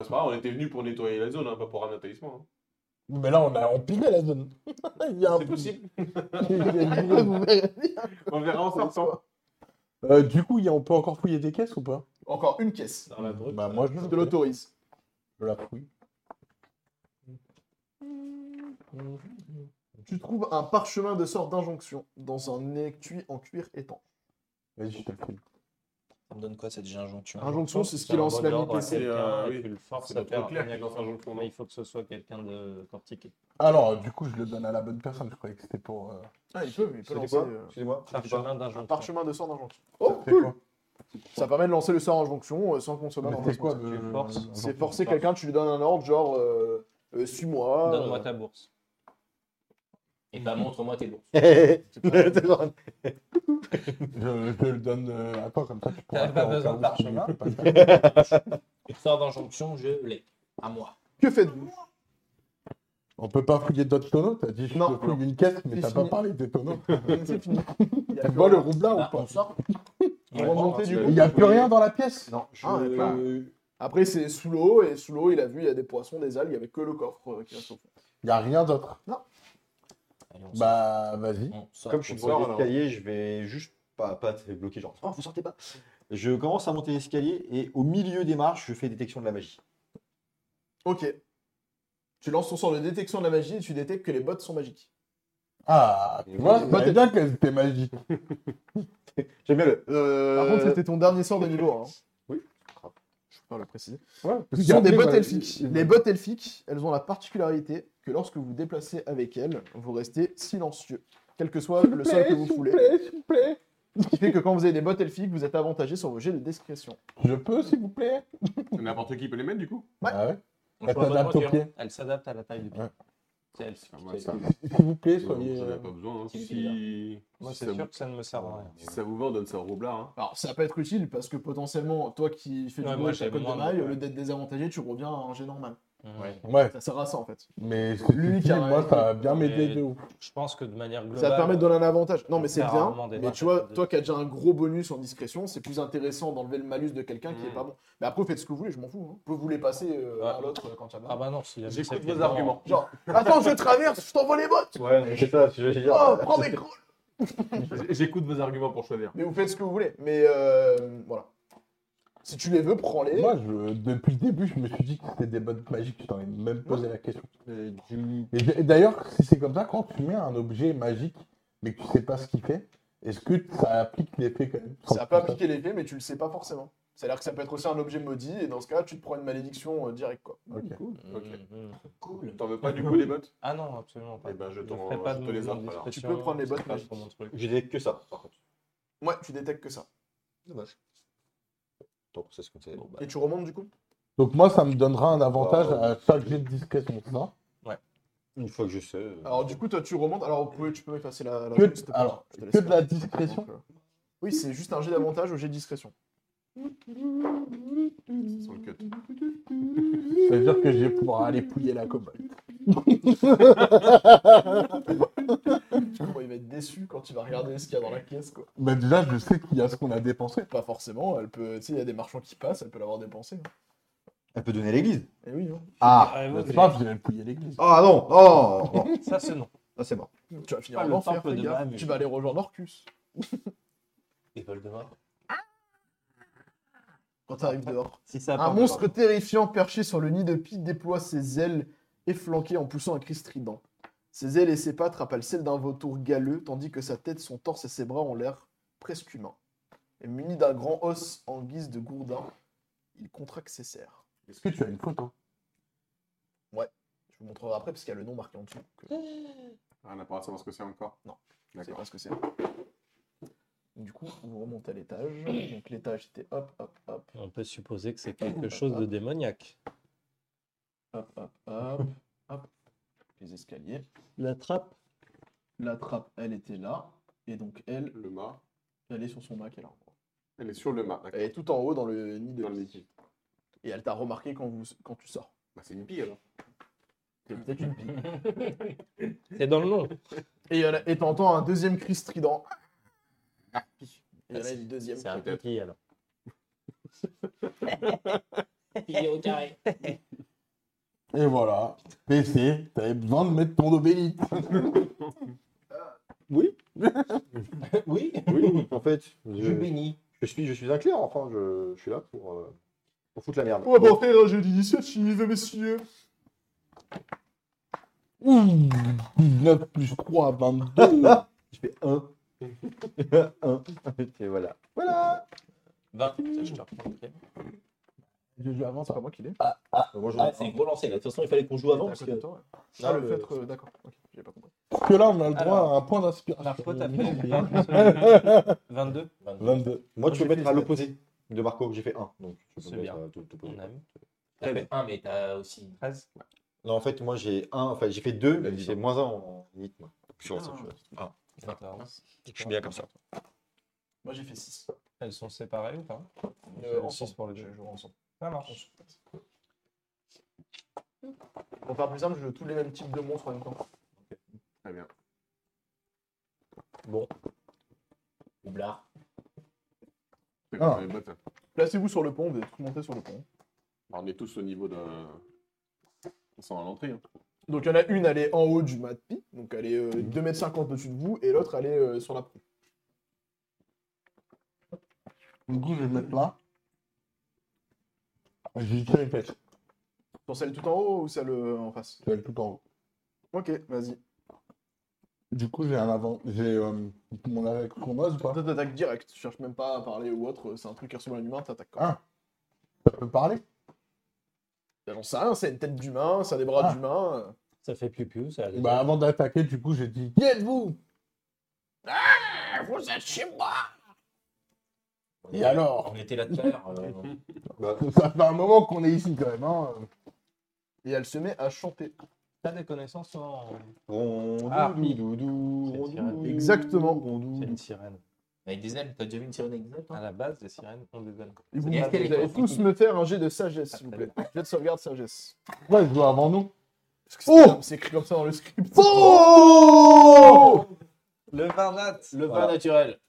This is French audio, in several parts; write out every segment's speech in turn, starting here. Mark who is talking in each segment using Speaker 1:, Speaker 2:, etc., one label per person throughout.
Speaker 1: c'est pas grave, on était venu pour nettoyer la zone, hein, pas pour un atterrissement. hein.
Speaker 2: Mais là, on a empilé la zone. Il y a un-
Speaker 1: C'est possible.
Speaker 2: il y a une zone.
Speaker 1: On verra en sortant.
Speaker 2: Euh, du coup, il y a- on peut encore fouiller des caisses ou pas
Speaker 3: Encore une caisse.
Speaker 1: Dans la drogue.
Speaker 2: Bah, moi, je,
Speaker 3: Je te l'autorise.
Speaker 2: je la fouille.
Speaker 3: Tu trouves un parchemin de sorte d'injonction dans un étui en cuir étanche.
Speaker 2: Vas-y, je te le fouille.
Speaker 4: On me donne quoi cette injonction
Speaker 2: Ah,
Speaker 3: Injonction, c'est ce qui lance la vitesse.
Speaker 1: c'est, euh, oui,
Speaker 4: le
Speaker 1: c'est
Speaker 4: force
Speaker 1: notre clerc
Speaker 4: un
Speaker 1: qui lance l'injonction, non
Speaker 4: Mais il faut que ce soit quelqu'un de cortiqué.
Speaker 2: Alors, du coup, je le donne à la bonne personne. Je croyais que c'était pour. euh,
Speaker 3: Ah, il peut, mais il peut
Speaker 5: C'était
Speaker 3: lancer
Speaker 5: quoi
Speaker 3: euh,
Speaker 5: Excusez-moi.
Speaker 4: Parchemin d'injonction.
Speaker 3: un parchemin de sort d'injonction.
Speaker 2: ça
Speaker 3: Oh,
Speaker 2: fait
Speaker 3: cool
Speaker 2: quoi
Speaker 3: Ça permet de lancer le sort injonction euh, sans consommer
Speaker 2: Mais
Speaker 3: un
Speaker 2: c'est quoi
Speaker 3: emplacement.
Speaker 2: le.
Speaker 4: Tu forces,
Speaker 2: le-
Speaker 3: C'est forcer quelqu'un, tu lui donnes un ordre, genre euh, euh, suis-moi.
Speaker 4: Donne-moi
Speaker 3: euh,
Speaker 4: ta bourse. Et bah montre-moi tes bourses.
Speaker 2: Je, je te le donne euh, à toi, comme ça, tu pourras.
Speaker 4: T'as pas
Speaker 2: faire
Speaker 4: besoin
Speaker 2: au
Speaker 4: de
Speaker 2: cas où s'il
Speaker 4: parchemin.
Speaker 2: peut pas le faire.
Speaker 4: Et sort d'injonction, je l'ai. À moi.
Speaker 3: Que faites-vous
Speaker 2: On peut pas fouiller d'autres tonneaux T'as dit je
Speaker 3: Non.
Speaker 2: te fouille une caisse, mais
Speaker 3: C'est
Speaker 2: t'as pas
Speaker 3: fini.
Speaker 2: parlé des tonneaux.
Speaker 3: C'est fini. Il y a
Speaker 2: Tu
Speaker 3: que-
Speaker 2: vois le roublard
Speaker 4: Bah,
Speaker 2: ou pas
Speaker 4: on sort.
Speaker 3: On va monter du
Speaker 2: Il n'y a plus rien dans la pièce
Speaker 3: Non, je...
Speaker 2: Ah, d'accord.
Speaker 3: Après, c'est sous l'eau, et sous l'eau, il a vu, il y a des poissons, des algues, il y avait que le coffre euh, qui reste au fond.
Speaker 2: Il n'y a rien d'autre.
Speaker 4: Allez, on sort.
Speaker 2: Bah, vas-y.
Speaker 4: On sort.
Speaker 5: Comme je suis
Speaker 4: On
Speaker 5: sur
Speaker 4: sort, alors.
Speaker 5: l'escalier, je vais juste pas, pas être bloqué, genre, oh, vous sortez pas. Je commence à monter l'escalier et au milieu des marches, je fais détection de la magie.
Speaker 3: Ok. Tu lances ton sort de détection de la magie et tu détectes que les bottes sont magiques.
Speaker 2: Ah, tu
Speaker 5: Et
Speaker 2: vois,
Speaker 5: oui,
Speaker 2: c'est pas
Speaker 3: ouais.
Speaker 2: bien qu'elle était magique.
Speaker 5: J'aime bien le.
Speaker 3: Par
Speaker 5: euh,
Speaker 3: contre, c'était ton dernier sort de niveau. Hein.
Speaker 5: Oui.
Speaker 3: Je peux pas le préciser.
Speaker 2: Parce
Speaker 3: Ce
Speaker 2: qu'il y a
Speaker 3: sont des
Speaker 2: plus,
Speaker 3: bottes
Speaker 2: voilà,
Speaker 3: elfiques.
Speaker 2: il- il-
Speaker 3: Les bottes elfiques, elles ont la particularité que lorsque vous vous déplacez avec elles, vous restez silencieux, quel que soit le sol que vous foulez. Ce qui fait que quand vous avez des bottes elfiques, vous êtes avantagé sur vos jets de discrétion.
Speaker 2: Je peux, s'il vous plaît
Speaker 1: N'importe qui peut les mettre du coup.
Speaker 3: Ouais.
Speaker 2: Ah ouais
Speaker 4: On
Speaker 2: Elle
Speaker 4: choisit
Speaker 2: s'adapte
Speaker 4: votre
Speaker 2: au
Speaker 4: voiture.
Speaker 2: pied.
Speaker 4: Elle s'adapte à la taille du pied.
Speaker 2: Ouais.
Speaker 4: C'est elle. c'est-
Speaker 1: Ah, moi, ça-
Speaker 2: S'il vous plaît,
Speaker 1: J'en
Speaker 2: soyez. euh,
Speaker 1: ai pas besoin. hein.
Speaker 4: si,
Speaker 1: Si...
Speaker 4: Moi,
Speaker 1: si
Speaker 4: c'est
Speaker 1: ça
Speaker 4: sûr
Speaker 1: vous-
Speaker 4: que ça ne me sert à rien.
Speaker 1: si ça vous va, on donne ça au roublard. hein.
Speaker 3: Alors ça peut être utile parce que potentiellement, toi qui fais
Speaker 4: Ouais,
Speaker 3: du
Speaker 4: moi,
Speaker 3: bruit avec
Speaker 4: j'ai
Speaker 3: ta cote de
Speaker 4: moins de-
Speaker 3: maille, au lieu d'être désavantagé, tu reviens à un jet normal.
Speaker 4: Ouais.
Speaker 2: Ouais,
Speaker 3: Ça sert à ça en fait.
Speaker 2: mais c'est
Speaker 3: Lui,
Speaker 2: lui
Speaker 3: qui a-
Speaker 2: moi, ça va bien
Speaker 4: Mais-
Speaker 2: m'aider de ouf.
Speaker 4: Je pense que de manière globale.
Speaker 3: Ça te permet de donner un avantage. Non,
Speaker 4: on
Speaker 3: mais c'est
Speaker 4: fait
Speaker 3: bien.
Speaker 4: rarement des
Speaker 3: Mais
Speaker 4: marches
Speaker 3: tu vois,
Speaker 4: à
Speaker 3: toi qui as déjà un gros bonus en discrétion, c'est plus intéressant d'enlever le malus de quelqu'un qui est
Speaker 1: Mm.
Speaker 3: pas bon. Mais après, vous faites ce que vous voulez, je m'en fous. hein. Vous pouvez vous les passer euh,
Speaker 4: Ouais.
Speaker 3: l'un à l'autre euh, quand il y en a
Speaker 4: Ah bah non, s'il y a
Speaker 1: J'écoute
Speaker 4: cette
Speaker 1: vos
Speaker 4: dedans,
Speaker 1: arguments.
Speaker 3: Genre, attends, je traverse, je t'envoie les bottes.
Speaker 5: Ouais, mais c'est ça, ce que je veux dire. Euh,
Speaker 3: Oh, prends mes gros-
Speaker 1: J'écoute hein. vos arguments pour choisir.
Speaker 3: Mais vous faites ce que vous voulez. Mais euh, voilà. Si tu les veux, prends-les.
Speaker 2: Moi, je- depuis le début, je me suis dit que c'était des bottes magiques. Je t'en ai même posé la question.
Speaker 5: Euh, du-
Speaker 2: Et j'ai- d'ailleurs, si c'est comme ça, quand tu mets un objet magique, mais que tu sais pas ce qu'il fait, est-ce que ça applique l'effet quand même
Speaker 3: Ça peut appliquer l'effet, mais tu le sais pas forcément. C'est-à-dire que ça peut être aussi un objet maudit, et dans ce cas, tu te prends une malédiction euh, direct, quoi.
Speaker 2: Ok.
Speaker 4: Mm,
Speaker 1: Ok.
Speaker 4: mm. Cool.
Speaker 1: T'en veux pas du coup les bottes
Speaker 4: Ah non, absolument pas.
Speaker 1: Eh ben, je
Speaker 4: ne
Speaker 1: t'en-
Speaker 4: ferai pas
Speaker 1: je
Speaker 4: de hein,
Speaker 1: te les
Speaker 4: mouvement
Speaker 1: offre,
Speaker 4: de
Speaker 1: alors.
Speaker 4: discrétion,
Speaker 3: Tu peux prendre les
Speaker 4: c'est
Speaker 3: bottes
Speaker 4: pas
Speaker 3: magiques.
Speaker 4: trop mon truc.
Speaker 5: J'ai des- que ça, par contre.
Speaker 3: Ouais, tu détectes que ça.
Speaker 5: Tant pour ça, ce qu'on sait.
Speaker 3: Et tu remontes du coup
Speaker 2: Donc moi, ça me donnera un avantage
Speaker 5: Wow.
Speaker 3: Bah,
Speaker 2: à chaque jet de discrétion, c'est ça
Speaker 5: Une fois que je sais. euh,
Speaker 3: Alors, du coup, toi, tu remontes. Alors, vous pouvez- tu peux m'effacer la. la
Speaker 2: Que-
Speaker 3: s'il te plaît.
Speaker 2: alors,
Speaker 3: Je te laisse
Speaker 2: que
Speaker 3: faire.
Speaker 2: de la discrétion
Speaker 3: Donc, euh, Oui, c'est juste un jet d'avantage au jet de discrétion.
Speaker 1: Sur le cut.
Speaker 2: Ça veut dire que je vais pouvoir aller pouiller la cobalt.
Speaker 3: Tu vois, il va être déçu quand il va regarder ce qu'il y a dans la caisse, quoi.
Speaker 2: Mais déjà, je sais qu'il y a ce qu'on a dépensé.
Speaker 3: Pas forcément, elle peut. Tu sais, il y a des marchands qui passent, elle peut l'avoir dépensé. hein.
Speaker 5: Elle peut donner à l'église.
Speaker 3: Eh oui, hein.
Speaker 5: Ah
Speaker 4: Ah,
Speaker 2: Mais C'est
Speaker 4: vous,
Speaker 2: pas, grave, je vais aller pouiller l'église.
Speaker 5: Ah non Oh non.
Speaker 4: Ça, c'est non.
Speaker 5: Ah, c'est mort.
Speaker 3: Tu vas finir
Speaker 4: Pas
Speaker 3: en
Speaker 4: le
Speaker 3: enfer,
Speaker 4: temple
Speaker 3: fais
Speaker 4: de
Speaker 3: gaffe.
Speaker 4: Bahamut.
Speaker 3: Tu vas aller rejoindre Orcus.
Speaker 4: Et Voldemort.
Speaker 3: Quand t'arrives
Speaker 4: Ah,
Speaker 3: dehors.
Speaker 4: Si ça
Speaker 3: Un monstre terrifiant perché sur le nid de Pete déploie ses ailes efflanquées en poussant un cri strident. Ses ailes et ses pattes rappellent celles d'un vautour galeux, tandis que sa tête, son torse et ses bras ont l'air presque humains. Et muni d'un grand os en guise de gourdin, il contracte ses serres.
Speaker 2: Est-ce que tu as une photo
Speaker 3: Je vous montrerai après parce qu'il y a le nom marqué en dessous. donc, euh,
Speaker 1: Rien à part à savoir ce que c'est encore.
Speaker 3: Non. Je sais
Speaker 1: D'accord.
Speaker 3: pas ce que c'est. Du coup, vous remontez à l'étage. Donc l'étage c'était hop, hop, hop,
Speaker 4: On peut supposer que c'est quelque chose de démoniaque.
Speaker 3: hop, hop, hop, hop. Les escaliers.
Speaker 4: La trappe.
Speaker 3: La trappe, elle était là. Et donc elle,
Speaker 1: Le mât.
Speaker 3: elle est sur son Mac, elle est en haut.
Speaker 1: Elle est sur le mât.
Speaker 3: Elle est tout en haut dans le nid de
Speaker 1: Dans le
Speaker 3: lit.
Speaker 1: liquide.
Speaker 3: Et elle t'a remarqué quand, vous, quand tu sors.
Speaker 1: Bah, c'est une pie alors.
Speaker 3: C'est peut-être une bille.
Speaker 4: C'est dans le nom.
Speaker 3: Et elle- et t'entends un deuxième cri strident. Ah. Et elle a une deuxième.
Speaker 4: C'est un
Speaker 1: peut-être.
Speaker 4: piqué alors.
Speaker 6: Il est au carré.
Speaker 2: Et voilà, PC, t'avais besoin de mettre ton obélite.
Speaker 5: Oui,
Speaker 4: oui,
Speaker 5: oui, en fait.
Speaker 4: je
Speaker 5: Je,
Speaker 4: bénis.
Speaker 5: je suis, je suis un clerc, enfin, je, je suis là pour, euh, pour foutre la merde.
Speaker 3: On va porter un jeu d'initiative, messieurs.
Speaker 2: Ouh, 19 plus 3, 22.
Speaker 5: Je fais 1. 1. Et voilà.
Speaker 4: 20. Putain, je te reprendrai.
Speaker 2: Je joue avant
Speaker 3: C'est pas
Speaker 2: toi.
Speaker 3: moi qui l'ai.
Speaker 5: Moi, j'en ai
Speaker 4: Ah, c'est un gros lancé. là. De toute façon, il fallait qu'on
Speaker 1: bah
Speaker 4: joue avant. Parce que...
Speaker 3: Ah,
Speaker 4: Non,
Speaker 3: le
Speaker 4: le-
Speaker 3: fait, euh, d'accord. Ok, j'ai pas compris.
Speaker 2: Parce que là, on a le droit
Speaker 6: Alors,
Speaker 2: à un point d'inspiration.
Speaker 6: Marco, t'as fait 22.
Speaker 2: 22.
Speaker 5: Moi, tu
Speaker 6: J'ai
Speaker 5: peux
Speaker 6: fait
Speaker 5: mettre à
Speaker 6: ça.
Speaker 5: l'opposé de Marco, j'ai fait 1. Donc, tu peux
Speaker 6: C'est
Speaker 5: mettre euh,
Speaker 6: bien.
Speaker 5: à tout, tout opposé.
Speaker 6: On aime.
Speaker 4: T'as fait un, mais t'as aussi.
Speaker 6: 13.
Speaker 5: Non, en fait, moi, j'ai 1, enfin, j'ai fait 2,
Speaker 1: Bah,
Speaker 5: mais
Speaker 1: dis
Speaker 5: j'ai
Speaker 1: donc.
Speaker 5: moins 1 en limite. moi. Sur ça,
Speaker 3: Ah.
Speaker 5: je-
Speaker 6: 14.
Speaker 5: je suis bien comme ça.
Speaker 3: Moi, j'ai fait 6.
Speaker 6: Elles sont séparées ou pas
Speaker 3: Euh,
Speaker 6: Six
Speaker 3: ensemble.
Speaker 6: pour les
Speaker 3: Je
Speaker 6: deux.
Speaker 3: joue ensemble.
Speaker 6: Ça marche.
Speaker 3: Pour faire plus simple, je joue tous les mêmes types de monstres en même temps.
Speaker 1: Très bien.
Speaker 4: Oublard.
Speaker 1: C'est
Speaker 2: Ah.
Speaker 1: bon, les bottes.
Speaker 3: Placez-vous sur le pont, vous êtes tous montés sur le pont.
Speaker 1: Alors, on est tous au niveau de. On sent à l'entrée. hein.
Speaker 3: Donc il y en a une, elle est en haut du mât de pi, donc elle est euh, 2m50 au-dessus de vous, et l'autre, elle est euh, sur la proue.
Speaker 2: Du coup, je vais le mettre là. J'y tire une flèche.
Speaker 3: Sur celle tout en haut ou celle euh, en face
Speaker 2: Je vais le tout en haut.
Speaker 3: Ok, vas-y.
Speaker 2: Du coup, j'ai un avant. J'ai euh, mon avec tournoise ou pas
Speaker 3: Toi, t'attaques direct, tu cherches même pas à parler ou autre, c'est un truc qui ressemble à un humain, t'attaques quoi.
Speaker 2: Ah. Ça peut parler
Speaker 3: J'en sais rien, c'est une tête d'humain, ça a des bras
Speaker 2: Ah.
Speaker 3: d'humain. euh.
Speaker 6: Ça fait piou-piou, ça.
Speaker 2: Bah, avant d'attaquer, du coup, j'ai dit Qui êtes-vous
Speaker 3: Ah, vous êtes chez moi
Speaker 2: Et alors
Speaker 4: On était là tout à l'heure. euh,
Speaker 2: Ça fait un moment qu'on est ici quand même. Hein.
Speaker 3: Et elle se met à chanter.
Speaker 6: T'as des connaissances toi, en...
Speaker 5: Rondou,
Speaker 6: Ah.
Speaker 5: doudou,
Speaker 6: C'est
Speaker 5: rondou,
Speaker 6: tiré.
Speaker 3: Exactement.
Speaker 5: rondou.
Speaker 6: C'est une sirène.
Speaker 4: Avec des ailes, t'as déjà vu une sirène avec des ailes,
Speaker 6: À
Speaker 4: toi
Speaker 6: la base, les sirènes ont des ailes.
Speaker 3: Et vous,
Speaker 4: Et est-ce qu'elle est
Speaker 3: vous allez tous
Speaker 4: confondue
Speaker 3: me faire un jet de sagesse, s'il vous
Speaker 6: Ah,
Speaker 3: plaît. Jet de sauvegarde sagesse.
Speaker 2: Pourquoi elle joue avant nous
Speaker 3: Parce que c'est-
Speaker 2: Oh
Speaker 3: c'est écrit comme ça dans le script.
Speaker 2: Oh
Speaker 6: Le Varnat
Speaker 4: Le vin naturel.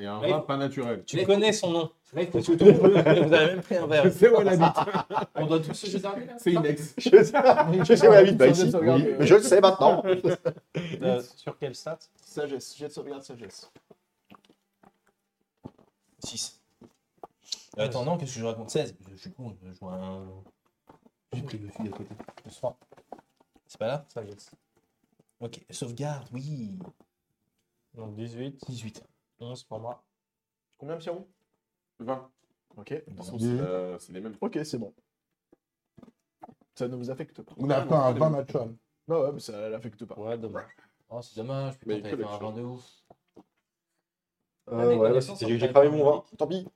Speaker 1: Et un
Speaker 4: Ouais.
Speaker 1: vin pas naturel.
Speaker 6: Tu connais son nom.
Speaker 4: Là, il faut tout le monde.
Speaker 6: Vous avez même pris un verre.
Speaker 1: Je sais où elle habite.
Speaker 4: On doit tous se jeter un dé, là
Speaker 1: C'est une ex.
Speaker 5: Je sais- je sais où elle habite, bah
Speaker 3: Sur des
Speaker 5: ici.
Speaker 3: sauvegardes,
Speaker 5: Oui,
Speaker 3: euh,
Speaker 5: mais Je le sais maintenant.
Speaker 6: Euh, sur quel stat
Speaker 3: Sagesse, jet de sauvegarde sagesse.
Speaker 4: 6. Euh, attends, non, qu'est-ce que je raconte 16. Je suis con, je joue un. J'ai pris le fil à côté.
Speaker 6: Plus 3.
Speaker 4: C'est pas là
Speaker 6: Ça y est.
Speaker 4: Ok, sauvegarde, oui.
Speaker 6: Donc 18,
Speaker 4: 18.
Speaker 6: 11 pour moi.
Speaker 3: Combien, Pierrot
Speaker 1: 20.
Speaker 3: Ok.
Speaker 1: C'est euh, c'est les mêmes.
Speaker 3: Ok, c'est bon. Ça ne vous affecte pas.
Speaker 2: On a fait un 20 match hein. on.
Speaker 3: Bah ouais, mais ça l'affecte pas.
Speaker 6: Ouais, dommage.
Speaker 4: Oh, c'est dommage,
Speaker 1: Mais
Speaker 4: putain,
Speaker 1: il
Speaker 4: t'avais
Speaker 1: peut
Speaker 4: fait un
Speaker 1: le
Speaker 4: vin de ouf.
Speaker 5: Euh, ouais, bah, c'est- J'ai j'ai cramé mon vin, tant pis.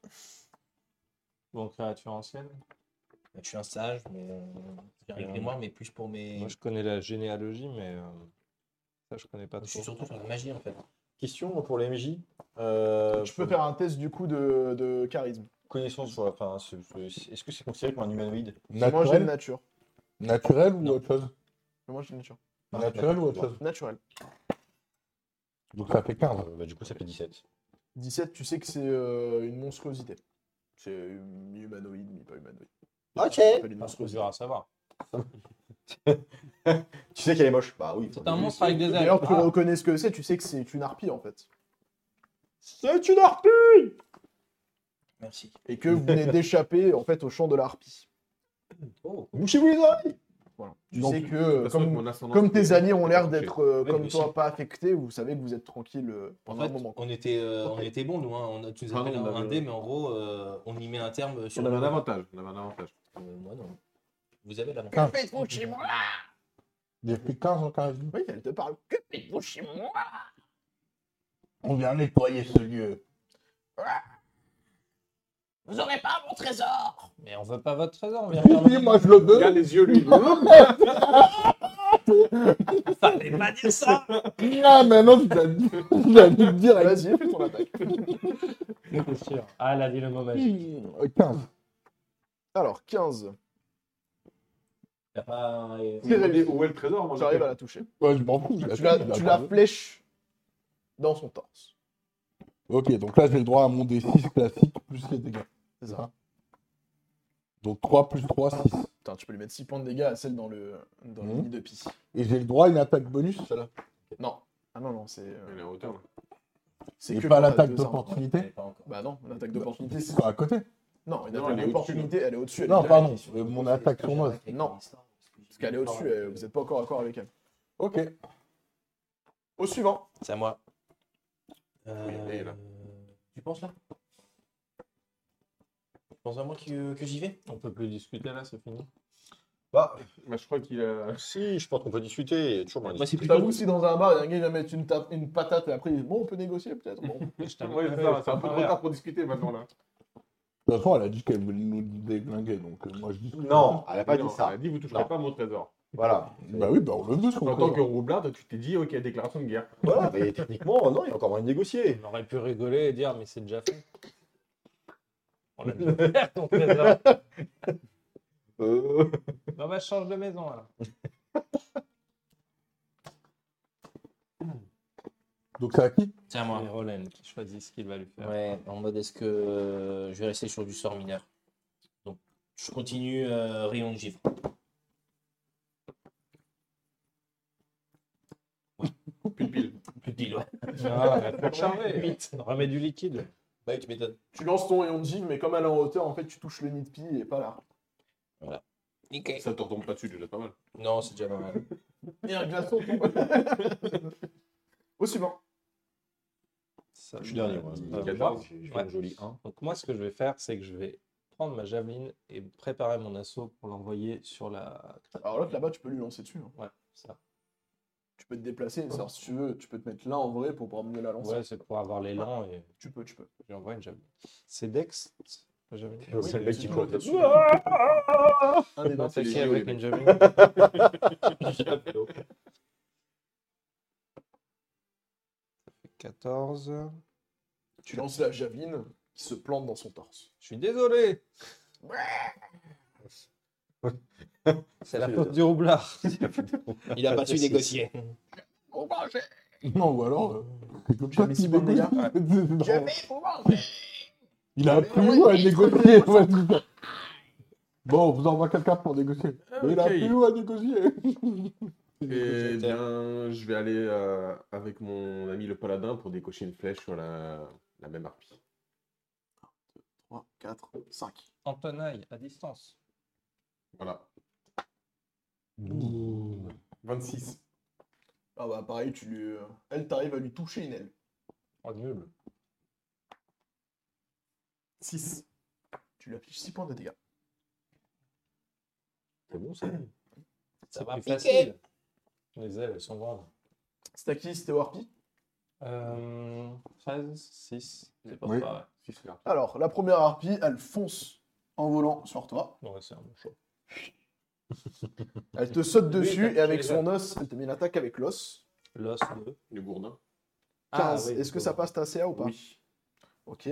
Speaker 6: Bon, créature ancienne.
Speaker 4: Je suis un sage, mais. euh, J'ai avec
Speaker 6: Euh,
Speaker 4: les moires, mais plus pour mes.
Speaker 6: Moi, je connais la généalogie, mais euh, ça, je connais pas
Speaker 4: Je suis
Speaker 6: trop.
Speaker 4: surtout sur la magie en fait.
Speaker 5: Question pour les MJ. Euh,
Speaker 3: Tu peux faire un test du coup de, de charisme.
Speaker 5: connaissance, voilà, enfin, ce- ce- est-ce que c'est considéré comme un humanoïde
Speaker 3: Moi j'ai
Speaker 2: Naturel,
Speaker 3: de nature.
Speaker 2: naturel ou
Speaker 4: Non.
Speaker 2: autre chose
Speaker 3: Moi j'ai de nature.
Speaker 2: Naturel ou autre chose
Speaker 3: Naturel.
Speaker 2: Donc ça fait 15.
Speaker 5: Euh, bah, du coup, ça fait 17.
Speaker 3: 17, tu sais que c'est euh, une monstruosité. C'est euh, mi-humanoïde, mi-pas humanoïde.
Speaker 5: Ok.
Speaker 3: Ça s'appelle une
Speaker 6: Parce que
Speaker 3: monstruosité.
Speaker 6: je à savoir.
Speaker 5: Tu sais qu'elle est moche Bah oui.
Speaker 6: C'est un monstre avec des ailes.
Speaker 3: D'ailleurs, tu
Speaker 6: Ah,
Speaker 3: reconnais ce que c'est, tu sais que c'est une harpie en fait.
Speaker 5: C'est une harpie
Speaker 4: Ah, Merci.
Speaker 3: Et que vous venez d'échapper en fait au champ de la harpie.
Speaker 5: Bouchez-vous les oreilles
Speaker 3: Voilà. Tu
Speaker 1: Donc,
Speaker 3: sais que
Speaker 1: de toute
Speaker 3: euh,
Speaker 1: façon, avec
Speaker 3: comme,
Speaker 1: mon ascendance,
Speaker 3: comme
Speaker 1: c'est-
Speaker 3: tes alliés ont l'air
Speaker 1: c'est-
Speaker 3: d'être euh,
Speaker 4: Ouais,
Speaker 3: comme
Speaker 4: mais
Speaker 3: toi
Speaker 4: aussi.
Speaker 3: pas affectés, vous savez que vous êtes tranquille euh,
Speaker 4: En
Speaker 3: pendant
Speaker 4: fait,
Speaker 3: un moment.
Speaker 4: on était, euh, on était bon, nous. Hein. On a, tu nous as
Speaker 1: Pardon,
Speaker 4: fait un,
Speaker 1: on
Speaker 4: un
Speaker 1: avait-
Speaker 4: dé, mais en gros, euh, on y met un terme sur.
Speaker 1: On avait un
Speaker 4: le-
Speaker 1: avantage. On avait un avantage.
Speaker 4: Euh, moi, non. Vous avez l'avantage.
Speaker 2: Quinze.
Speaker 7: Faites-vous chez moi
Speaker 2: J'ai fait 15 en charisme.
Speaker 3: Oui, elle te parle.
Speaker 7: Faites-vous chez moi
Speaker 2: On vient nettoyer ce lieu.
Speaker 7: Vous aurez pas mon trésor
Speaker 6: Mais on veut pas votre trésor, on vient
Speaker 2: Oui,
Speaker 6: faire
Speaker 2: oui, moi je le veux.
Speaker 1: Regarde les yeux, lui.
Speaker 7: Fallait pas dire ça
Speaker 2: Ah, maintenant, je l'ai dit- je l'ai dit direct.
Speaker 3: Vas-y, fais ton attaque.
Speaker 6: notre- c'est sûr. Ah, elle a dit le mot magique.
Speaker 2: Euh, 15.
Speaker 3: Alors, 15.
Speaker 4: Il y a pas euh, un-
Speaker 1: Vous demandez Où est le trésor moi,
Speaker 3: J'arrive
Speaker 1: j'ai-
Speaker 3: à la toucher.
Speaker 2: Ouais, je m'en fous. je
Speaker 3: Tu la,
Speaker 2: l'ai- je l'ai
Speaker 3: tu
Speaker 2: pas
Speaker 3: la
Speaker 2: vu.
Speaker 3: flèches dans son torse.
Speaker 2: Ok, donc là, j'ai le droit à mon D6 classique plus les dégâts.
Speaker 3: C'est ça.
Speaker 2: Donc 3 plus 3, 6.
Speaker 3: Putain, tu peux lui mettre 6 points de dégâts à celle dans le, dans le
Speaker 2: Mhm.
Speaker 3: nid de pie.
Speaker 2: Et j'ai le droit à une attaque bonus, celle-là.
Speaker 3: Non. Ah non, non, c'est. euh,
Speaker 1: Elle est en retard.
Speaker 3: c'est
Speaker 2: Et
Speaker 3: que
Speaker 2: pas
Speaker 3: quand t'as
Speaker 2: l'attaque
Speaker 3: deux armes.
Speaker 2: d'opportunité.
Speaker 4: Pas encore.
Speaker 3: Bah non, l'attaque d'opportunité, c'est.
Speaker 2: Quoi, à côté
Speaker 3: Non,
Speaker 1: Non,
Speaker 3: une attaque
Speaker 1: elle est au-dessus,
Speaker 3: d'opportunité, elle est au-dessus. elle
Speaker 2: Non,
Speaker 3: est
Speaker 2: pardon,
Speaker 3: directe.
Speaker 2: euh, mon attaque sournoise.
Speaker 3: Non. Parce qu'elle est au-dessus, elle- vous n'êtes pas encore d'accord avec elle.
Speaker 2: Ok.
Speaker 3: Au suivant.
Speaker 4: C'est à moi. Euh,
Speaker 1: elle est là.
Speaker 4: Tu penses là Tu penses vraiment que, que j'y vais
Speaker 6: On peut plus discuter là, c'est fini.
Speaker 5: Bah,
Speaker 1: Bah, je crois qu'il a.
Speaker 5: si, je pense qu'on peut discuter. Il y a toujours moyen de
Speaker 6: bah,
Speaker 4: Moi, c'est
Speaker 3: Je
Speaker 4: plutôt.
Speaker 3: t'avoue, si dans un bar, il y a un gars qui va mettre une, ta- une patate et après, il dit, bon, on peut négocier peut-être. Bon.
Speaker 1: Ouais, c'est ça, c'est un peu trop tard pour discuter maintenant là.
Speaker 2: De toute façon, elle a dit qu'elle voulait nous déglinguer, donc euh, moi je dis.
Speaker 5: discuter. Non, elle a pas
Speaker 1: Non,
Speaker 5: dit ça.
Speaker 1: Elle a dit vous toucherez
Speaker 5: Non.
Speaker 1: pas mon trésor.
Speaker 5: Voilà.
Speaker 2: Bah oui, bah on le veut, ce
Speaker 1: En tant
Speaker 2: qu'on
Speaker 1: que roublard, tu t'es dit ok, déclaration de guerre.
Speaker 5: Voilà, mais techniquement, non, il y a encore moyen de négocier.
Speaker 6: On aurait pu rigoler et dire, mais c'est déjà fait. On l'a déjà fait, ton trésor.
Speaker 5: Euh,
Speaker 6: Bah, bah, change de maison alors.
Speaker 2: Donc c'est à qui
Speaker 4: C'est à moi.
Speaker 6: C'est Roland qui choisit ce qu'il va lui faire.
Speaker 4: Ouais, en mode est-ce que euh, je vais rester sur du sort mineur. Donc, je continue euh, rayon de givre.
Speaker 1: Pile-pile.
Speaker 4: Plus pile, ouais.
Speaker 6: Ah, mais faut le charger. Remets du liquide.
Speaker 4: Bah, tu m'étonnes.
Speaker 3: Tu lances ton rayon de gym, mais comme elle est en hauteur, en fait, tu touches le nid de pie et pas l'arbre.
Speaker 7: Nickel.
Speaker 1: Ça te retombe pas dessus déjà, c'est pas mal.
Speaker 4: Non, c'est déjà pas mal.
Speaker 3: Et un glaçon tombe. Au suivant.
Speaker 6: Ça,
Speaker 5: je suis dernier, moi. Ah, bah,
Speaker 6: ça
Speaker 1: Il y
Speaker 6: va
Speaker 1: a
Speaker 6: voir.
Speaker 1: de
Speaker 5: Je fais
Speaker 6: Ouais.
Speaker 5: une jolie 1.
Speaker 6: Donc moi, ce que je vais faire, c'est que je vais prendre ma javeline et préparer mon assaut pour l'envoyer sur la...
Speaker 3: Alors l'autre là-bas, tu peux lui lancer dessus. hein.
Speaker 6: Ouais, ça.
Speaker 3: Tu peux te déplacer, alors, si tu veux, tu peux te mettre là en vrai pour pouvoir mieux la lancer.
Speaker 6: Ouais, c'est pour avoir l'élan et
Speaker 3: Tu peux, tu peux.
Speaker 6: j'envoie une javeline. C'est Dex la javeline
Speaker 5: Oui, c'est le mec qui court.
Speaker 2: Ah!
Speaker 3: Un des
Speaker 6: Non,
Speaker 3: dents,
Speaker 6: c'est
Speaker 3: c'est
Speaker 6: qui
Speaker 3: les yeux,
Speaker 6: avec
Speaker 3: les
Speaker 6: une
Speaker 3: mecs.
Speaker 6: javeline
Speaker 5: J'appelle.
Speaker 6: 14.
Speaker 3: Tu lances la javeline qui se plante dans son torse.
Speaker 6: Je suis désolé C'est la faute du roublard.
Speaker 4: Il a pas su négocier.
Speaker 7: Vous mangez.
Speaker 2: Non, ou alors. euh, C'est comme
Speaker 3: J'ai
Speaker 2: ça
Speaker 3: mis
Speaker 2: qu'il
Speaker 3: six points de
Speaker 2: négocie.
Speaker 7: Je
Speaker 2: Non,
Speaker 7: vais vous manger.
Speaker 2: Il a appris où à négocier ouais, c'est ça. Bon, on vous envoie quelqu'un pour négocier. Mais Il a
Speaker 1: ok.
Speaker 2: appris où à négocier
Speaker 1: Eh bien, je vais aller euh, avec mon ami le paladin pour décocher une flèche sur la, la même harpie.
Speaker 3: 3, 4, 5.
Speaker 6: En tenaille, à distance.
Speaker 1: Voilà. 26.
Speaker 3: Ah bah pareil, tu lui... euh, Elle t'arrive à lui toucher une aile.
Speaker 6: Oh, nul.
Speaker 3: 6. Tu lui affiches 6 points de dégâts.
Speaker 5: C'est bon, ça.
Speaker 6: Ça
Speaker 4: C'est
Speaker 6: va
Speaker 4: plus
Speaker 6: piquer.
Speaker 4: facile.
Speaker 6: Les ailes, elles sont grandes.
Speaker 3: C'est à qui C'était au harpie
Speaker 6: Euh, 13, 6. C'est pas
Speaker 2: Oui.
Speaker 6: ça, ouais.
Speaker 3: Alors, la première harpie, elle fonce en volant sur toi.
Speaker 6: Non, c'est un bon choix.
Speaker 3: Elle te saute
Speaker 6: Oui, t'as
Speaker 3: dessus
Speaker 6: touché
Speaker 3: et avec
Speaker 6: les
Speaker 3: son os, elle te met une attaque avec l'os.
Speaker 6: L'os 2.
Speaker 1: Le gourdin.
Speaker 6: Ah,
Speaker 3: 15. Est-ce que ça passe ta CA ou pas
Speaker 1: Oui.
Speaker 3: Ok.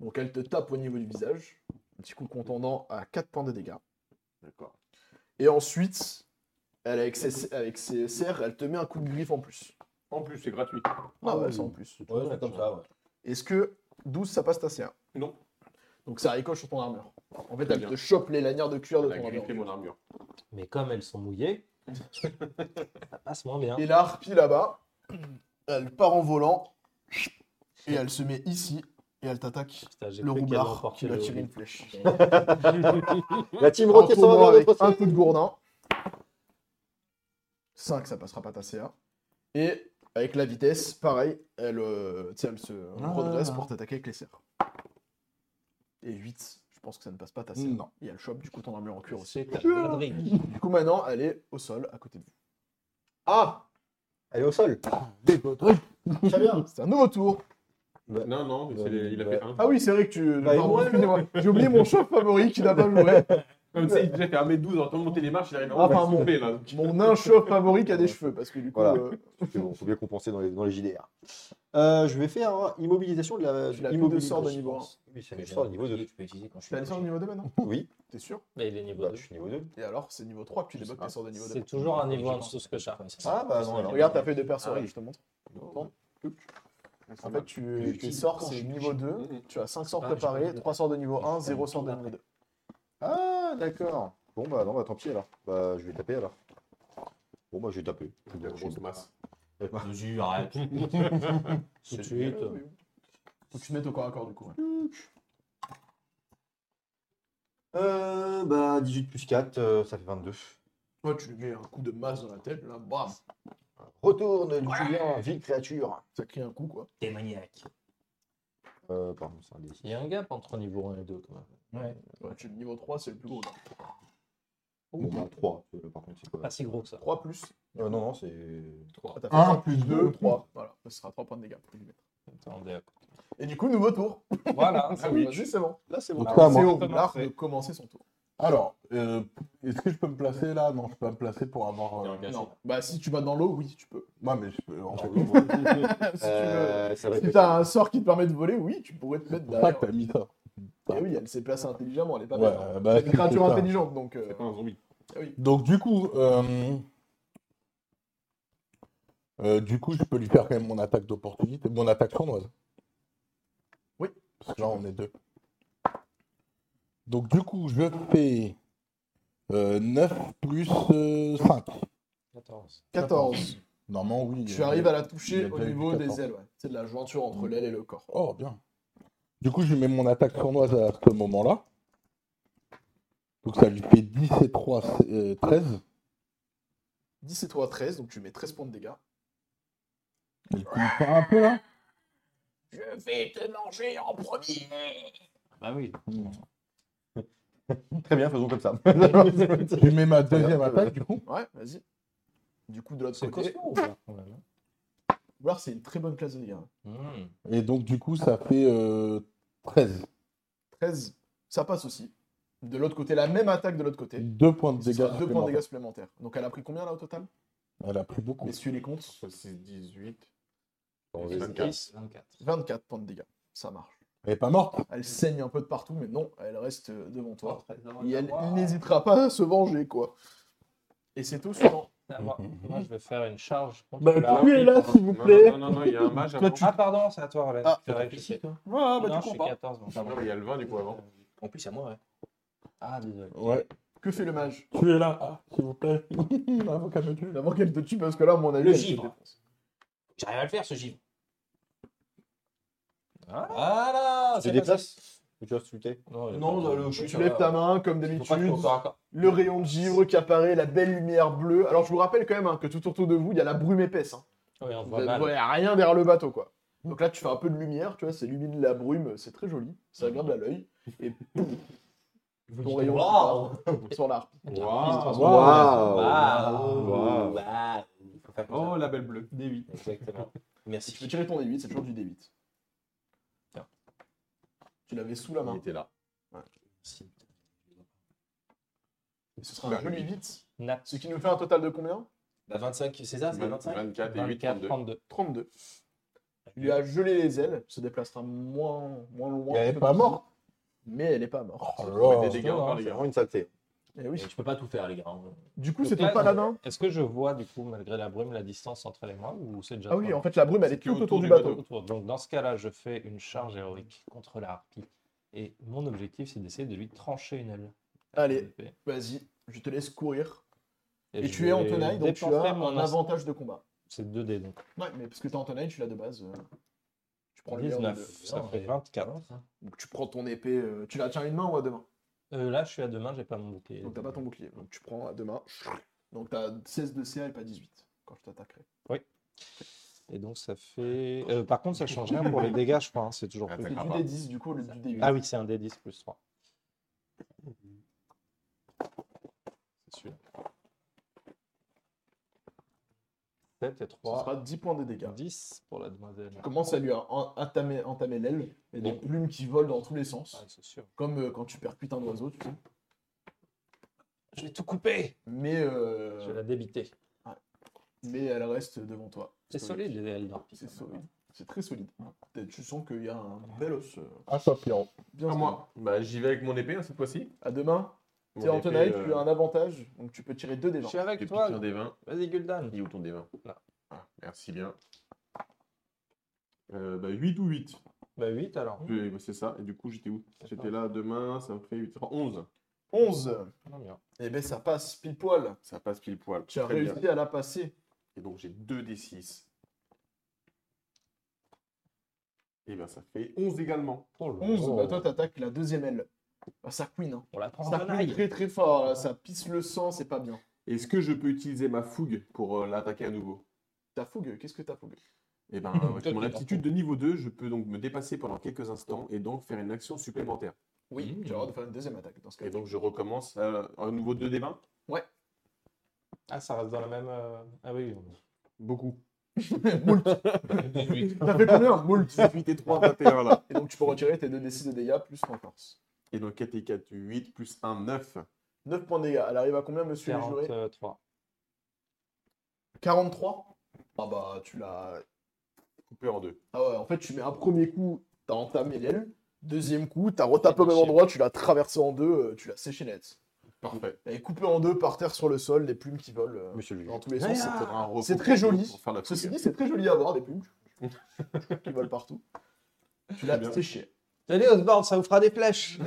Speaker 3: Donc elle te tape au niveau du visage. Un petit coup contendant à 4 points de dégâts.
Speaker 1: D'accord.
Speaker 3: Et ensuite, elle, avec, ses, avec ses serres, elle te met un coup de griffe en plus.
Speaker 1: En plus, c'est gratuit.
Speaker 3: Ah ouais, ça en plus.
Speaker 4: Ouais, c'est comme ça, ouais.
Speaker 3: Est-ce que 12, ça passe ta CA
Speaker 1: Non.
Speaker 3: Donc ça ricoche sur ton armure. En fait,
Speaker 1: Très
Speaker 3: elle
Speaker 1: bien.
Speaker 3: te chope les lanières de cuir de
Speaker 1: Elle a
Speaker 3: ton armure.
Speaker 1: griffé mon armure.
Speaker 6: Mais comme elles sont mouillées, ça passe moins bien.
Speaker 3: Et la harpie là-bas, elle part en volant. Et elle se met ici. Et elle t'attaque
Speaker 6: Putain, j'ai
Speaker 3: le
Speaker 6: cru qu'elle
Speaker 3: roublard
Speaker 6: emportait
Speaker 3: qui va
Speaker 6: le-
Speaker 3: tirer une flèche.
Speaker 5: La team
Speaker 3: Un
Speaker 5: Rocket s'en
Speaker 3: tournoi
Speaker 5: va vers
Speaker 3: avec
Speaker 5: notre
Speaker 3: un
Speaker 5: site.
Speaker 3: coup de gourdin. 5, ça passera pas ta CA. Et avec la vitesse, pareil, elle, euh, tu sais, elle se
Speaker 6: Ah.
Speaker 3: redresse pour t'attaquer avec les serres. Et 8, je pense que ça ne passe pas ta CA.
Speaker 2: Non.
Speaker 3: Et elle chope du coup ton armure en cuir aussi.
Speaker 6: Hmm. C'est ta connerie.
Speaker 3: Du coup, maintenant, elle est au sol à côté de vous.
Speaker 5: Ah Elle est au sol.
Speaker 2: Dégoterie.
Speaker 5: Très bien.
Speaker 3: C'est un nouveau tour.
Speaker 1: Non, non, mais
Speaker 5: Bah,
Speaker 1: c'est les- il a
Speaker 5: bah.
Speaker 1: fait un.
Speaker 3: Ah oui, c'est vrai que tu.
Speaker 5: Bah, et
Speaker 3: pardon,
Speaker 5: moi,
Speaker 3: excusez-moi. J'ai oublié mon chef favori qui n'a pas joué.
Speaker 1: Comme ça, il devait faire 1m12 en train de monter les marches, il arrive
Speaker 3: Ah,
Speaker 1: à
Speaker 3: pardon.
Speaker 1: souffler là.
Speaker 3: Mon nain chef favori qui a des cheveux. Parce que du coup,
Speaker 5: Voilà.
Speaker 3: euh,
Speaker 5: C'est bon, faut bien compenser dans les, dans les JDR. Euh, je vais faire immobilisation de la.
Speaker 3: Tu l'as
Speaker 5: immobilisation,
Speaker 3: plus de sorts de
Speaker 5: je
Speaker 3: niveau hein.
Speaker 5: pense. Oui, c'est
Speaker 4: Mais
Speaker 5: le sort de niveau
Speaker 4: j'ai un
Speaker 5: 2.
Speaker 4: tu peux utiliser quand je
Speaker 3: tu as les sorts de
Speaker 4: suis.
Speaker 3: niveau 2 maintenant
Speaker 5: Oui,
Speaker 3: T'es sûr
Speaker 6: Mais il est niveau
Speaker 5: bah,
Speaker 6: 2.
Speaker 5: je suis niveau 2.
Speaker 3: Et alors, c'est niveau 3, puis les bugs, t'es sorts de niveau 2.
Speaker 6: C'est toujours un niveau en dessous de ce que j'ai.
Speaker 4: Ouais, c'est ça.
Speaker 5: Ah bah non, alors.
Speaker 3: Regarde ta feuille de perso,
Speaker 1: Ah oui.
Speaker 3: là, je te montre.
Speaker 1: Ça
Speaker 3: En
Speaker 1: va.
Speaker 3: fait, tu,
Speaker 1: je
Speaker 3: tu
Speaker 1: dis
Speaker 3: sors,
Speaker 1: quand
Speaker 3: c'est
Speaker 1: je-
Speaker 3: niveau 2,
Speaker 1: Mhm.
Speaker 3: tu as 5 sorts
Speaker 6: Ah, j'ai pas
Speaker 3: préparés,
Speaker 6: de-
Speaker 3: 3 sorts de niveau
Speaker 6: j'ai
Speaker 3: 1,
Speaker 6: pas
Speaker 3: 0
Speaker 6: du
Speaker 3: sorts de
Speaker 6: tout
Speaker 3: niveau 2.
Speaker 5: Ah, d'accord. Bon, bah non, bah tant pis alors. Bah, je vais taper alors. Bon, bah, je vais taper. Je vais dire
Speaker 1: La
Speaker 5: que je
Speaker 1: grosse
Speaker 5: vais
Speaker 1: masse.
Speaker 6: Bah,
Speaker 4: Vas-y, arrête. Tout de suite.
Speaker 6: euh,
Speaker 3: Faut que tu te mettes au corps à corps du coup.
Speaker 5: taper. Euh, bah, 18 plus 4, euh, ça fait 22.
Speaker 3: Toi, tu lui mets un coup de masse dans la tête, là, bam
Speaker 5: Retourne, Julien, ville créature.
Speaker 3: Ça crée un coup, quoi.
Speaker 4: T'es maniaque.
Speaker 5: Euh, pardon, c'est un dé.
Speaker 6: Il y a un gap entre niveau 1 et 2 quand même.
Speaker 4: Ouais.
Speaker 3: Ouais, tu le niveau 3, c'est le plus gros. là.
Speaker 5: Bon, bah, 3, par contre, c'est quoi
Speaker 6: Pas si gros que ça.
Speaker 3: 3 plus.
Speaker 5: Euh, Non, non, c'est. 3.
Speaker 3: Ah, t'as fait
Speaker 2: 1
Speaker 3: ça.
Speaker 2: plus 2, 3.
Speaker 3: Deux, trois. Voilà, ce sera 3 points de dégâts.
Speaker 6: Attendez.
Speaker 3: Et du coup, nouveau tour.
Speaker 6: Voilà.
Speaker 3: Ah oui, c'est bon. Là, c'est bon.
Speaker 2: Donc là,
Speaker 3: C'est
Speaker 2: moi-
Speaker 3: au roulard de commencer son tour.
Speaker 2: Alors, euh, est-ce que je peux me placer là Non, je peux pas me placer pour avoir. euh,
Speaker 3: Non. Bah, si tu vas dans l'eau, oui, tu peux.
Speaker 2: Ouais, mais je peux. En fait,
Speaker 3: si tu veux.
Speaker 5: Euh, ça va
Speaker 3: Si
Speaker 5: être.
Speaker 3: t'as un sort qui te permet de voler, oui, tu pourrais te mettre
Speaker 2: c'est pour ça
Speaker 3: derrière.
Speaker 2: que t'as mis ça.
Speaker 3: Et oui, elle s'est placée intelligemment, elle est pas
Speaker 2: Ouais,
Speaker 3: bête. hein.
Speaker 2: bah,
Speaker 3: C'est une créature
Speaker 2: c'est ça.
Speaker 3: intelligente, donc. euh,
Speaker 1: C'est pas un zombie.
Speaker 3: ah oui.
Speaker 2: Donc du coup, euh, euh, du coup, je peux lui faire quand même mon attaque d'opportunité, mon attaque sournoise.
Speaker 3: Oui.
Speaker 2: Parce que là, on est deux. Donc du coup, je fais euh, 9 plus 5.
Speaker 6: 14.
Speaker 3: 14.
Speaker 2: Normalement, oui.
Speaker 3: Tu
Speaker 2: euh,
Speaker 3: arrives à la
Speaker 2: il y
Speaker 3: toucher
Speaker 2: a
Speaker 3: au
Speaker 2: déjà eu
Speaker 3: niveau
Speaker 2: du
Speaker 3: des
Speaker 2: 14.
Speaker 3: ailes, ouais. C'est de la jointure entre l'aile et le corps.
Speaker 2: Oh, bien. Du coup, je lui mets mon attaque sournoise à ce moment-là. Donc ça lui fait 10 et 3, c'est, euh, 13.
Speaker 3: 10 et toi 13, donc tu mets 13 points de dégâts.
Speaker 2: Il peut me faire un peu hein. là
Speaker 7: Je vais te manger en premier.
Speaker 5: Bah oui. Très bien, faisons comme ça.
Speaker 2: Je lui mets ma deuxième attaque du coup.
Speaker 3: Ouais, vas-y. Du coup, de l'autre
Speaker 6: C'est
Speaker 3: côté,
Speaker 6: costaud ou pas quand même, hein
Speaker 3: Roulard, c'est une très bonne classe de dégâts. hein.
Speaker 6: Hmm.
Speaker 2: Et donc, du coup, ça fait euh, 13.
Speaker 3: 13, ça passe aussi. De l'autre côté, la même attaque de l'autre côté.
Speaker 2: Deux points de
Speaker 3: Ce
Speaker 2: dégâts.
Speaker 3: sera Deux points de
Speaker 2: supplémentaires.
Speaker 3: dégâts supplémentaires. Donc elle a pris combien là au total
Speaker 2: Elle a pris beaucoup.
Speaker 3: Messieurs les comptes
Speaker 1: 6, 18.
Speaker 6: Dans les
Speaker 1: 24.
Speaker 6: 10, 24.
Speaker 3: 24 points de dégâts. Ça marche.
Speaker 2: Elle est pas morte.
Speaker 3: Elle saigne un peu de partout, mais non, elle reste euh, devant toi. Et elle
Speaker 6: Wow.
Speaker 3: n'hésitera pas à se venger, quoi. Et c'est tout suivant.
Speaker 6: Ah, Moi,
Speaker 5: Mhm.
Speaker 6: moi, je vais faire une charge. contre
Speaker 2: Bah,
Speaker 6: la-
Speaker 2: tu es là, s'il vous
Speaker 1: Non,
Speaker 2: plaît.
Speaker 1: Non, non, non, il y a un mage avant.
Speaker 6: Ah, pardon, c'est à toi, Arlène.
Speaker 3: Ah,
Speaker 6: Tu fais réfléchir, toi
Speaker 3: Ah,
Speaker 6: Non, je suis 14, bon,
Speaker 1: Non,
Speaker 6: pardon.
Speaker 1: mais il y a le 20 du coup avant.
Speaker 6: En plus, à moi, ouais. Ah, désolé.
Speaker 2: Ouais.
Speaker 3: Que fait le mage
Speaker 2: Tu es là, ah, s'il vous plaît. Avant qu'elle me tue.
Speaker 3: Avant qu'elle te tue, parce que là, à mon avis,
Speaker 6: Le
Speaker 3: elle te
Speaker 6: givre.
Speaker 3: défonce.
Speaker 6: J'arrive à le faire, ce givre. Voilà
Speaker 4: Ah,
Speaker 5: Tu
Speaker 6: c'est
Speaker 5: te déplaces Ou tu vas se lutter
Speaker 6: passé. Non, il y a
Speaker 4: Non,
Speaker 6: pas-
Speaker 4: dans le-
Speaker 6: Faut
Speaker 3: Tu lèves ta main, comme
Speaker 6: pas que je
Speaker 3: d'habitude.
Speaker 6: sois au corps à corps.
Speaker 3: Le rayon de givre qui apparaît, la belle lumière bleue. Alors, je vous rappelle quand même hein, que tout autour de vous, il y a la brume épaisse. hein.
Speaker 6: Ouais, on
Speaker 3: Vous
Speaker 6: voit
Speaker 3: avez-
Speaker 6: mal.
Speaker 3: vous voyez rien derrière le bateau, quoi. Donc là, tu fais un peu de lumière, tu vois, ça illumine la brume, c'est très joli, ça aggrave à l'œil. Et pouf, ton rayon
Speaker 6: Waouh.
Speaker 3: qui part sur l'arbre.
Speaker 1: Ah, Waouh.
Speaker 5: Waouh
Speaker 6: Waouh.
Speaker 5: Waouh.
Speaker 6: Waouh. Faut faire comme ça.
Speaker 1: Oh, la belle bleue. D8.
Speaker 6: Exactement.
Speaker 3: Si
Speaker 6: Merci.
Speaker 3: tu peux tirer ton D8, c'est toujours du D8.
Speaker 6: Tiens.
Speaker 3: Tu l'avais sous la
Speaker 1: Il
Speaker 3: main.
Speaker 1: était là.
Speaker 6: Merci.
Speaker 3: Et ce sera un joli 8.
Speaker 6: Nat.
Speaker 3: Ce qui nous fait un total de combien
Speaker 6: La 25, c'est
Speaker 1: Ah,
Speaker 6: ça, c'est la 25
Speaker 1: 24 et 8, 32.
Speaker 6: 32.
Speaker 3: 32. Il lui a gelé les ailes, se déplacera moins, moins loin.
Speaker 2: Elle est pas morte.
Speaker 3: Mais elle est pas morte.
Speaker 2: Oh
Speaker 1: On
Speaker 2: là
Speaker 1: met
Speaker 2: là.
Speaker 1: des dégâts encore, les
Speaker 5: C'est
Speaker 1: gars.
Speaker 5: vraiment une saleté.
Speaker 3: Eh oui.
Speaker 6: Et Je peux pas tout faire, les gars.
Speaker 3: Du coup,
Speaker 6: Donc
Speaker 3: c'est ton
Speaker 6: là,
Speaker 3: paladin.
Speaker 6: Est-ce que je vois, du coup, malgré la brume, la distance entre elle et moi Ou c'est déjà
Speaker 3: Ah oui,
Speaker 6: trop
Speaker 3: en fait, la brume, elle est
Speaker 1: C'est que
Speaker 3: tout autour
Speaker 1: autour
Speaker 3: du
Speaker 1: du
Speaker 3: bateau.
Speaker 6: autour Donc, dans ce cas-là, je fais une charge héroïque contre la harpie. Et mon objectif, c'est d'essayer de lui trancher une aile.
Speaker 3: Allez, vas-y, je te laisse courir. Et,
Speaker 6: je
Speaker 3: tu es en
Speaker 6: vais
Speaker 3: tenaille, donc tu
Speaker 6: dépenser
Speaker 3: as
Speaker 6: mon
Speaker 3: un
Speaker 6: instant.
Speaker 3: avantage de combat.
Speaker 6: C'est 2D, donc.
Speaker 3: Ouais, mais parce que t'es en tenaille, tu l'as de base. euh, tu prends le meilleur des
Speaker 6: 19,
Speaker 3: deux. Ah. hein.
Speaker 6: ça fait 24.
Speaker 3: Donc tu prends ton épée, euh, tu la tiens à une main ou à deux mains
Speaker 6: Euh, là, je suis à deux mains, j'ai pas mon bouclier.
Speaker 3: Donc t'as pas ton bouclier. Donc tu prends à deux mains. Donc t'as 16 de CA et pas 18 quand je t'attaquerai.
Speaker 6: Et donc, ça fait. euh, par contre, ça change rien pour les dégâts, je crois. hein, C'est toujours
Speaker 1: Ah,
Speaker 6: plus.
Speaker 3: C'est du
Speaker 1: Ah bah.
Speaker 3: D10 du coup au lieu du D8.
Speaker 6: Ah oui, c'est un D10 plus 3. C'est celui-là. 7 et
Speaker 3: Ce
Speaker 6: 3.
Speaker 3: sera 10 points de dégâts.
Speaker 6: 10 pour la demoiselle.
Speaker 3: Tu commences à lui en- en- entamer, entamer l'aile. et des plumes qui volent dans tous les
Speaker 6: Ah,
Speaker 3: sens.
Speaker 6: c'est sûr.
Speaker 3: Comme euh, quand tu percutes un oiseau, tu sais.
Speaker 6: Je vais tout couper
Speaker 3: Mais, euh,
Speaker 6: Je vais la débiter.
Speaker 3: mais elle reste devant toi.
Speaker 6: C'est solide, les ailes d'orpi.
Speaker 3: C'est solide. C'est très solide. T'as- Tu sens qu'il y a un bel os. euh,
Speaker 2: À toi, Pierrot.
Speaker 3: Bien
Speaker 1: Ah,
Speaker 3: solide.
Speaker 1: moi. Bah, j'y vais avec mon épée hein, cette fois-ci.
Speaker 3: À deux mains.
Speaker 1: Mon
Speaker 3: T'es en
Speaker 1: épée,
Speaker 3: tenaille,
Speaker 1: euh,
Speaker 3: tu as un avantage. Donc tu peux tirer deux des
Speaker 6: Je
Speaker 3: vingt.
Speaker 6: suis avec
Speaker 1: J'ai
Speaker 6: toi.
Speaker 1: piqué un des 20.
Speaker 6: Vas-y, Gul'dan.
Speaker 1: Il est où ton D20
Speaker 6: Là.
Speaker 1: Ah, merci bien. Euh, bah, 8 ou 8
Speaker 6: Bah 8 alors.
Speaker 1: Oui, bah, C'est ça. Et du coup, j'étais où J'étais là demain, ça me fait 8. 11.
Speaker 3: 11.
Speaker 6: Ah, Non, bien.
Speaker 3: Eh ben ça passe pile poil.
Speaker 1: Ça passe pile poil.
Speaker 3: Tu as
Speaker 1: Très bien.
Speaker 3: réussi à la passer.
Speaker 1: Et donc j'ai 2 D6. Et Eh bien ça fait 11 également.
Speaker 6: Oh là
Speaker 3: 11,
Speaker 6: là.
Speaker 3: bah toi t'attaques la deuxième aile. Bah, ça queen, hein.
Speaker 6: On la prend en
Speaker 3: Ça queen
Speaker 6: tenaille.
Speaker 3: très très fort, là. ça pisse le sang, c'est pas bien.
Speaker 1: Est-ce que je peux utiliser ma fougue pour euh, l'attaquer à nouveau
Speaker 3: Ta fougue, qu'est-ce que t'as fougue
Speaker 1: Et bien avec mon aptitude de niveau 2, je peux donc me dépasser pendant quelques instants et donc faire une action supplémentaire.
Speaker 3: Oui,
Speaker 6: Mmh.
Speaker 3: tu as le droit de faire une deuxième attaque dans ce cas.
Speaker 1: Et donc je recommence euh, à nouveau 2 D20
Speaker 6: Ah, ça reste dans la même. euh, Ah oui.
Speaker 1: Beaucoup.
Speaker 3: T'as fait combien Moult
Speaker 1: 18 et 3, 21 là.
Speaker 3: Et donc tu peux retirer tes 2 D6 de dégâts plus ton force.
Speaker 1: Et donc 4 et 4, 8 plus 1, 9.
Speaker 3: 9 points de dégâts. Elle arrive à combien, monsieur le
Speaker 6: euh,
Speaker 3: juré
Speaker 6: 43.
Speaker 3: 43 Ah bah tu l'as.
Speaker 1: Coupé en deux.
Speaker 3: Ah ouais, en fait tu mets un premier coup, t'as entamé l'aile. Deuxième coup, t'as retapé au même endroit, tu l'as traversé en deux, euh, tu l'as séché net.
Speaker 1: Parfait.
Speaker 3: Elle est coupée en deux par terre sur le sol, des plumes qui volent euh,
Speaker 5: Monsieur le juge.
Speaker 3: dans tous les sens.
Speaker 6: ah,
Speaker 1: Ça faudra un
Speaker 3: C'est
Speaker 1: repos
Speaker 3: très joli.
Speaker 1: Pour faire la
Speaker 3: Ceci
Speaker 1: fougue.
Speaker 3: dit, c'est très joli à voir, des plumes qui volent partout. Tu l'as
Speaker 1: Très bien.
Speaker 3: séché.
Speaker 4: Allez, Osborne, ça vous fera des flèches.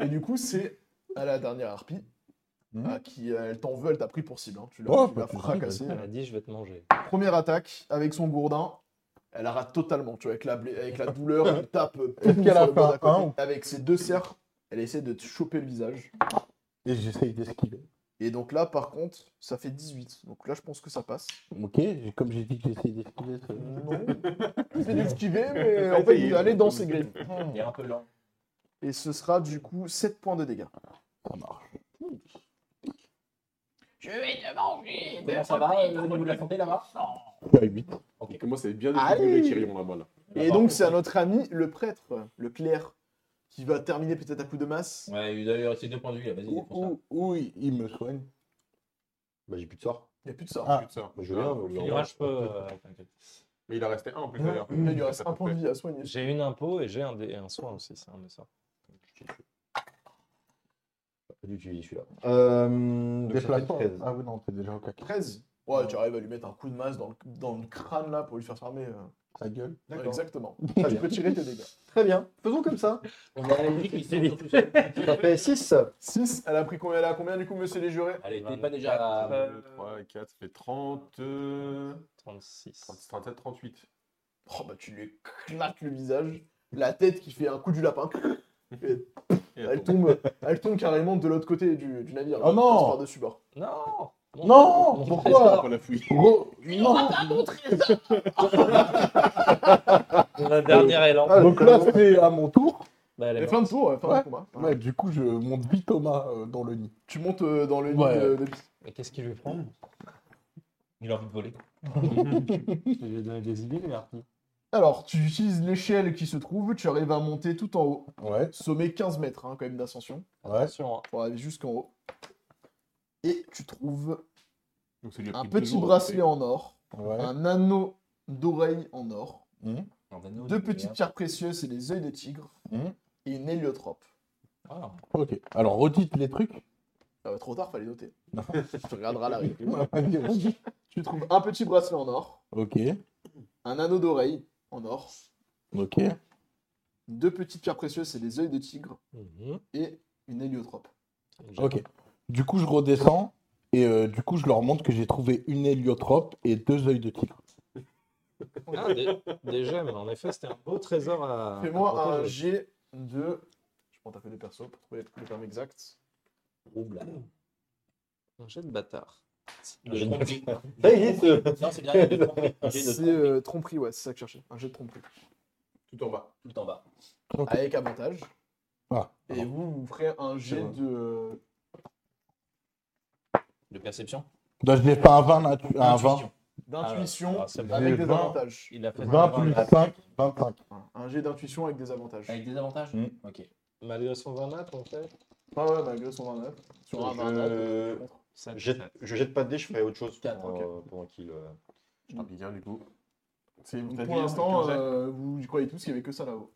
Speaker 3: Et du coup, c'est à la dernière harpie.
Speaker 2: Mhm.
Speaker 3: ah, qui, euh, elle t'en veut, elle t'a pris pour cible. hein. Tu l'as
Speaker 2: Oh,
Speaker 3: tu
Speaker 2: pas
Speaker 3: l'as
Speaker 2: de soucis,
Speaker 3: fracassée.
Speaker 6: Elle a dit je vais te manger.
Speaker 3: Première attaque avec son gourdin. Elle la rate totalement, tu vois, avec la, blé- avec la douleur, elle tape euh,
Speaker 2: Est-ce
Speaker 3: pile
Speaker 2: qu'elle
Speaker 3: sur
Speaker 2: a hein.
Speaker 3: le bord
Speaker 2: fait
Speaker 3: d'à
Speaker 2: un
Speaker 3: côté. Avec ses deux serres, elle essaie de te choper le visage.
Speaker 2: Et j'essaye d'esquiver.
Speaker 3: Et donc là, par contre, ça fait 18. Donc là, je pense que ça passe.
Speaker 2: Ok, j'ai- comme j'ai dit que j'essaye d'esquiver. ça-
Speaker 3: Non. C'est d'esquiver, mais on va y aller dans ses griffes. Hmm.
Speaker 4: Il est un peu lent.
Speaker 3: Et ce sera du coup 7 points de dégâts.
Speaker 2: Ça marche.
Speaker 7: Je vais te manger.
Speaker 4: Comment ça va euh, au niveau de la santé là-bas
Speaker 2: Je suis à 8.
Speaker 1: Il commence à être bien
Speaker 3: Allez.
Speaker 1: défendu le Tyrion là-bas. Là.
Speaker 3: Et donc, c'est à notre ami, le prêtre, le clerc, qui va terminer peut-être à coup de masse.
Speaker 4: Ouais, il a resté deux points de vue là, vas-y,
Speaker 6: Oh,
Speaker 2: Ou,
Speaker 4: défonce
Speaker 2: ou- ou il, il me soigne.
Speaker 5: Bah, j'ai plus de sort.
Speaker 3: Il n'y a plus de ça.
Speaker 2: Ah.
Speaker 1: Putain.
Speaker 5: Bah, je viens, vous
Speaker 6: Il rage pas. euh, t'inquiète.
Speaker 1: Mais il a resté un en plus d'ailleurs.
Speaker 3: Il lui reste un point de vie à soigner.
Speaker 6: J'ai une impôt et j'ai un, dé- un soin aussi, c'est un de ça.
Speaker 5: Pas d'utiliser celui-là. Euh,
Speaker 2: Déplaçant. Ah oui, non, t'es déjà au caca.
Speaker 3: 13. Ouais, tu arrives à lui mettre un coup de masse dans le, dans le crâne là pour lui faire fermer. euh.
Speaker 2: Ta gueule.
Speaker 3: Ouais, exactement.
Speaker 5: Très
Speaker 3: tu
Speaker 5: bien.
Speaker 3: peux tirer tes dégâts.
Speaker 5: Très bien. Faisons comme ça.
Speaker 4: On a la musique qui se tourne tout seul.
Speaker 5: Ça fait 6.
Speaker 3: 6, elle a pris combien, elle a combien du coup, monsieur les jurés
Speaker 4: Allez, t'es pas déjà à.
Speaker 1: 3 et 4, ça fait 30. euh,
Speaker 6: 36.
Speaker 1: 30, 37, 38.
Speaker 3: Oh bah tu lui claques le visage, la tête qui fait un coup du lapin,
Speaker 1: Et
Speaker 3: elle
Speaker 1: attends.
Speaker 3: tombe, elle tombe carrément de l'autre côté du, du navire.
Speaker 2: Oh non
Speaker 3: par dessus bord.
Speaker 6: Non Mon-
Speaker 2: Non,
Speaker 6: mon
Speaker 3: Oh.
Speaker 2: pourquoi Ah,
Speaker 6: trésor.
Speaker 1: On la fouille.
Speaker 2: Gros,
Speaker 6: La dernière élan.
Speaker 2: donc là, c'est à mon tour.
Speaker 6: Bah, elle est
Speaker 3: Mais
Speaker 6: morte.
Speaker 3: fin de tour, fin de
Speaker 2: Ouais.
Speaker 3: combat.
Speaker 2: Ouais, du coup, je monte vite Thomas euh, dans le nid.
Speaker 3: Tu montes euh, dans le nid
Speaker 2: Ouais.
Speaker 3: de, de Bi.
Speaker 6: Mais qu'est-ce qu'il lui prend
Speaker 4: Il a envie de voler.
Speaker 6: Je lui ai donné des idées, mais Artie.
Speaker 3: Alors tu utilises l'échelle qui se trouve, tu arrives à monter tout en haut.
Speaker 2: Ouais,
Speaker 3: Sommet 15 mètres hein, quand même d'ascension,
Speaker 2: ouais.
Speaker 6: Attention, hein.
Speaker 3: pour arriver jusqu'en haut. Et tu trouves
Speaker 1: Donc, ça lui a
Speaker 3: un
Speaker 1: pris deux
Speaker 3: petit
Speaker 1: jours à
Speaker 3: bracelet
Speaker 1: monter.
Speaker 3: en or,
Speaker 2: ouais.
Speaker 3: un anneau d'oreille en or,
Speaker 4: On va nous-
Speaker 3: deux petites pierres précieuses et des œils de tigre,
Speaker 2: Mhm.
Speaker 3: et une héliotrope.
Speaker 4: Ah.
Speaker 2: Ok, alors redite les trucs.
Speaker 3: Euh, trop tard, fallait noter. tu regarderas la revue.
Speaker 2: ok.
Speaker 3: Tu trouves un petit bracelet en or, un anneau d'oreille en or,
Speaker 2: Ok.
Speaker 3: deux petites pierres précieuses, c'est des œils de tigre
Speaker 6: Mhm.
Speaker 3: et une héliotrope.
Speaker 2: Ok. Du coup, je redescends et euh, du coup, je leur montre que j'ai trouvé une héliotrope et deux œils de tigre.
Speaker 6: Ah, des, des gemmes, en effet, c'était un beau trésor à.
Speaker 3: Fais-moi
Speaker 6: à
Speaker 3: un
Speaker 6: protéger.
Speaker 3: G de. Je prends ta feuille de perso pour trouver le terme exact.
Speaker 4: Rouble.
Speaker 6: Un jet de bâtard.
Speaker 4: J'ai compris.
Speaker 5: Ça y est, ce-
Speaker 4: Non, c'est bien, j'ai compris. J'ai
Speaker 3: C'est
Speaker 4: de
Speaker 3: euh, tromperie, ouais, c'est ça que je cherchais. Un jet de tromperie.
Speaker 1: Tout en bas.
Speaker 4: tout en bas.
Speaker 3: Avec avantage.
Speaker 2: Ah,
Speaker 3: Et vous, vous ferez un jet de. euh,
Speaker 6: Ah,
Speaker 4: De perception
Speaker 2: Donc, je n'ai pas un 20 natu- un 20.
Speaker 4: Intuition.
Speaker 3: d'intuition
Speaker 6: Ah, c'est bon.
Speaker 3: avec des
Speaker 2: Vingt.
Speaker 3: avantages.
Speaker 6: Il a fait
Speaker 2: 20
Speaker 6: son
Speaker 2: plus
Speaker 6: vingt-nat.
Speaker 2: 5, 25.
Speaker 3: Voilà, Un jet d'intuition avec des avantages.
Speaker 4: Avec des avantages
Speaker 2: Mm.
Speaker 4: Ok.
Speaker 6: Malgré son 20 nat, en fait.
Speaker 3: Ah ouais, malgré son 29. Sur un 29.
Speaker 6: Euh,
Speaker 5: Je...
Speaker 6: Ça
Speaker 5: jette- je jette pas de dés, je ferai autre chose
Speaker 4: Quatre,
Speaker 5: pendant,
Speaker 3: ok.
Speaker 5: euh, pendant qu'il. euh,
Speaker 1: Je t'en Ah, bien du coup. C'est- vous
Speaker 3: Donc,
Speaker 1: aviez
Speaker 3: Pour
Speaker 1: un
Speaker 3: l'instant,
Speaker 1: quinzaine
Speaker 3: euh, vous y croyez tous qu'il n'y avait que ça là-haut.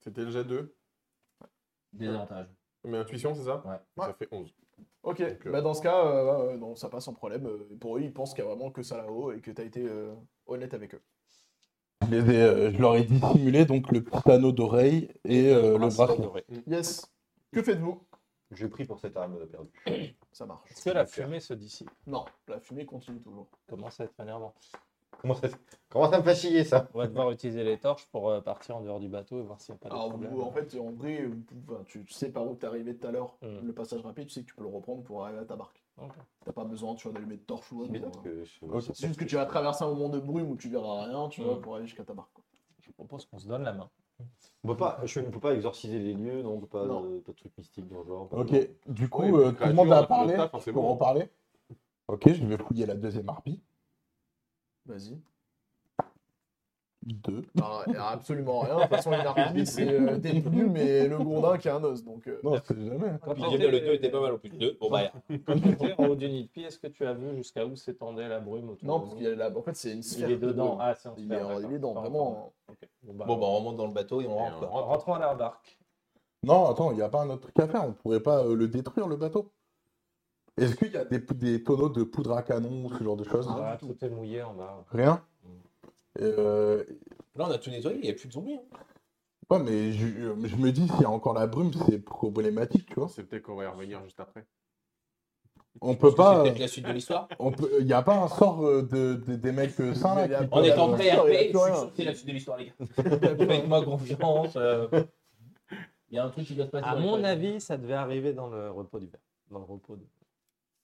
Speaker 1: C'était le jet 2.
Speaker 4: Des avantages.
Speaker 1: Mais intuition, c'est ça
Speaker 4: Ouais.
Speaker 1: Ça fait 11.
Speaker 3: Ok,
Speaker 1: Donc, euh,
Speaker 3: bah dans ce cas, euh, ouais, ouais, non, ça passe sans problème. Euh, Pour eux, ils pensent qu'il y a vraiment que ça là-haut et que t'as été euh, honnête avec eux.
Speaker 2: Je, les ai, euh, je leur ai dissimulé donc le petit anneau d'oreille et euh, le
Speaker 1: Ah,
Speaker 6: bracelet
Speaker 2: bracelet.
Speaker 6: doré.
Speaker 3: Yes. Que faites-vous
Speaker 5: Je prie pour cette arme perdue.
Speaker 3: Ça marche.
Speaker 6: Est-ce que la fumée se dissipe
Speaker 3: Non, la fumée continue toujours.
Speaker 6: Commence à être énervant.
Speaker 5: Comment ça, comment ça me fatiguer ça
Speaker 6: On va devoir utiliser les torches pour euh, partir en dehors du bateau et voir s'il n'y a
Speaker 4: Ah,
Speaker 6: pas de
Speaker 3: Alors,
Speaker 6: problème.
Speaker 3: vous- en fait, en vrai, euh, vous pouvez- enfin, tu sais par où t'es arrivé tout à l'heure.
Speaker 6: Hmm.
Speaker 3: Le passage rapide, tu sais que tu peux le reprendre pour arriver à ta barque.
Speaker 6: Ok.
Speaker 3: T'as pas besoin tu vois, d'allumer de torche ou autre.
Speaker 5: Mais
Speaker 3: pour-
Speaker 5: donc, euh, je-
Speaker 2: Ok.
Speaker 3: C'est juste que tu vas traverser un moment de brume où tu verras rien, tu vois,
Speaker 6: Hmm.
Speaker 3: pour aller jusqu'à ta barque. quoi.
Speaker 6: Je propose qu'on se donne la main.
Speaker 5: On peut pas, je ne peux pas exorciser les lieux, donc pas,
Speaker 3: Non.
Speaker 5: De, pas de trucs mystiques dans le genre. pas
Speaker 2: Ok,
Speaker 5: de-
Speaker 2: du coup,
Speaker 1: Ouais,
Speaker 2: euh,
Speaker 1: une
Speaker 2: tout le monde
Speaker 1: créature, un
Speaker 2: a
Speaker 1: peu de
Speaker 2: parlé
Speaker 1: taf, hein, c'est
Speaker 2: pour
Speaker 1: bon.
Speaker 2: en parler Ok, je vais fouiller la deuxième harpie.
Speaker 3: Vas-y.
Speaker 2: Deux.
Speaker 3: Alors, il y a Bah, absolument rien. De toute façon, une harpie, c'est euh, des plumes et le gourdin qui a un os. Donc, euh,
Speaker 2: Non, c'est jamais. hein.
Speaker 6: Quand
Speaker 7: J'ai bien, le 2 était pas mal au plus de 2. Bon, bah,
Speaker 6: Quand tu étais en haut du nid de pie, est-ce que tu as vu jusqu'à où s'étendait la brume autour
Speaker 3: non,
Speaker 6: de
Speaker 3: parce
Speaker 6: nous
Speaker 3: qu'il y a la- en fait, c'est une sphère.
Speaker 6: Il est
Speaker 3: de
Speaker 6: dedans.
Speaker 3: brume.
Speaker 6: Ah, c'est en
Speaker 3: Il est,
Speaker 6: sphère, d'accord.
Speaker 3: il est dedans,
Speaker 6: Pas encore.
Speaker 3: vraiment. hein.
Speaker 6: Ok. Bon, bah,
Speaker 4: Bon, bah, on remonte dans le bateau et on rentre. quoi.
Speaker 6: Rentrons à la barque.
Speaker 2: Non, attends, il n'y a pas un autre truc à faire. On pourrait pas euh, le détruire, le bateau Est-ce qu'il y a des, des tonneaux de poudre à canon ou ce genre de choses
Speaker 3: Ah,
Speaker 6: Voilà,
Speaker 3: du
Speaker 6: tout est mouillé en bas.
Speaker 2: Rien Euh,
Speaker 4: Là, on a tout nettoyé, il n'y a plus de zombies. hein.
Speaker 2: Ouais, mais je, je me dis, s'il y a encore la brume, c'est problématique, tu vois.
Speaker 1: C'est peut-être qu'on va y revenir juste après.
Speaker 2: On peut pas. euh,
Speaker 4: C'est peut-être la suite de l'histoire.
Speaker 2: on peut- Il n'y a pas un sort euh, de, de- des mecs euh, sains là
Speaker 3: Mais
Speaker 2: qui
Speaker 3: la-
Speaker 2: peuvent,
Speaker 4: On est en
Speaker 2: euh,
Speaker 3: prêt.
Speaker 4: PRP,
Speaker 3: il y a
Speaker 4: je
Speaker 3: plus
Speaker 4: suis
Speaker 3: rien.
Speaker 4: sûr que c'est la suite de l'histoire, les gars. Faites-moi confiance. euh, Il y a un truc qui doit se passer.
Speaker 6: À
Speaker 4: dans
Speaker 6: mon
Speaker 4: les
Speaker 6: avis, ça devait arriver dans le repos du verre, dans le repos de-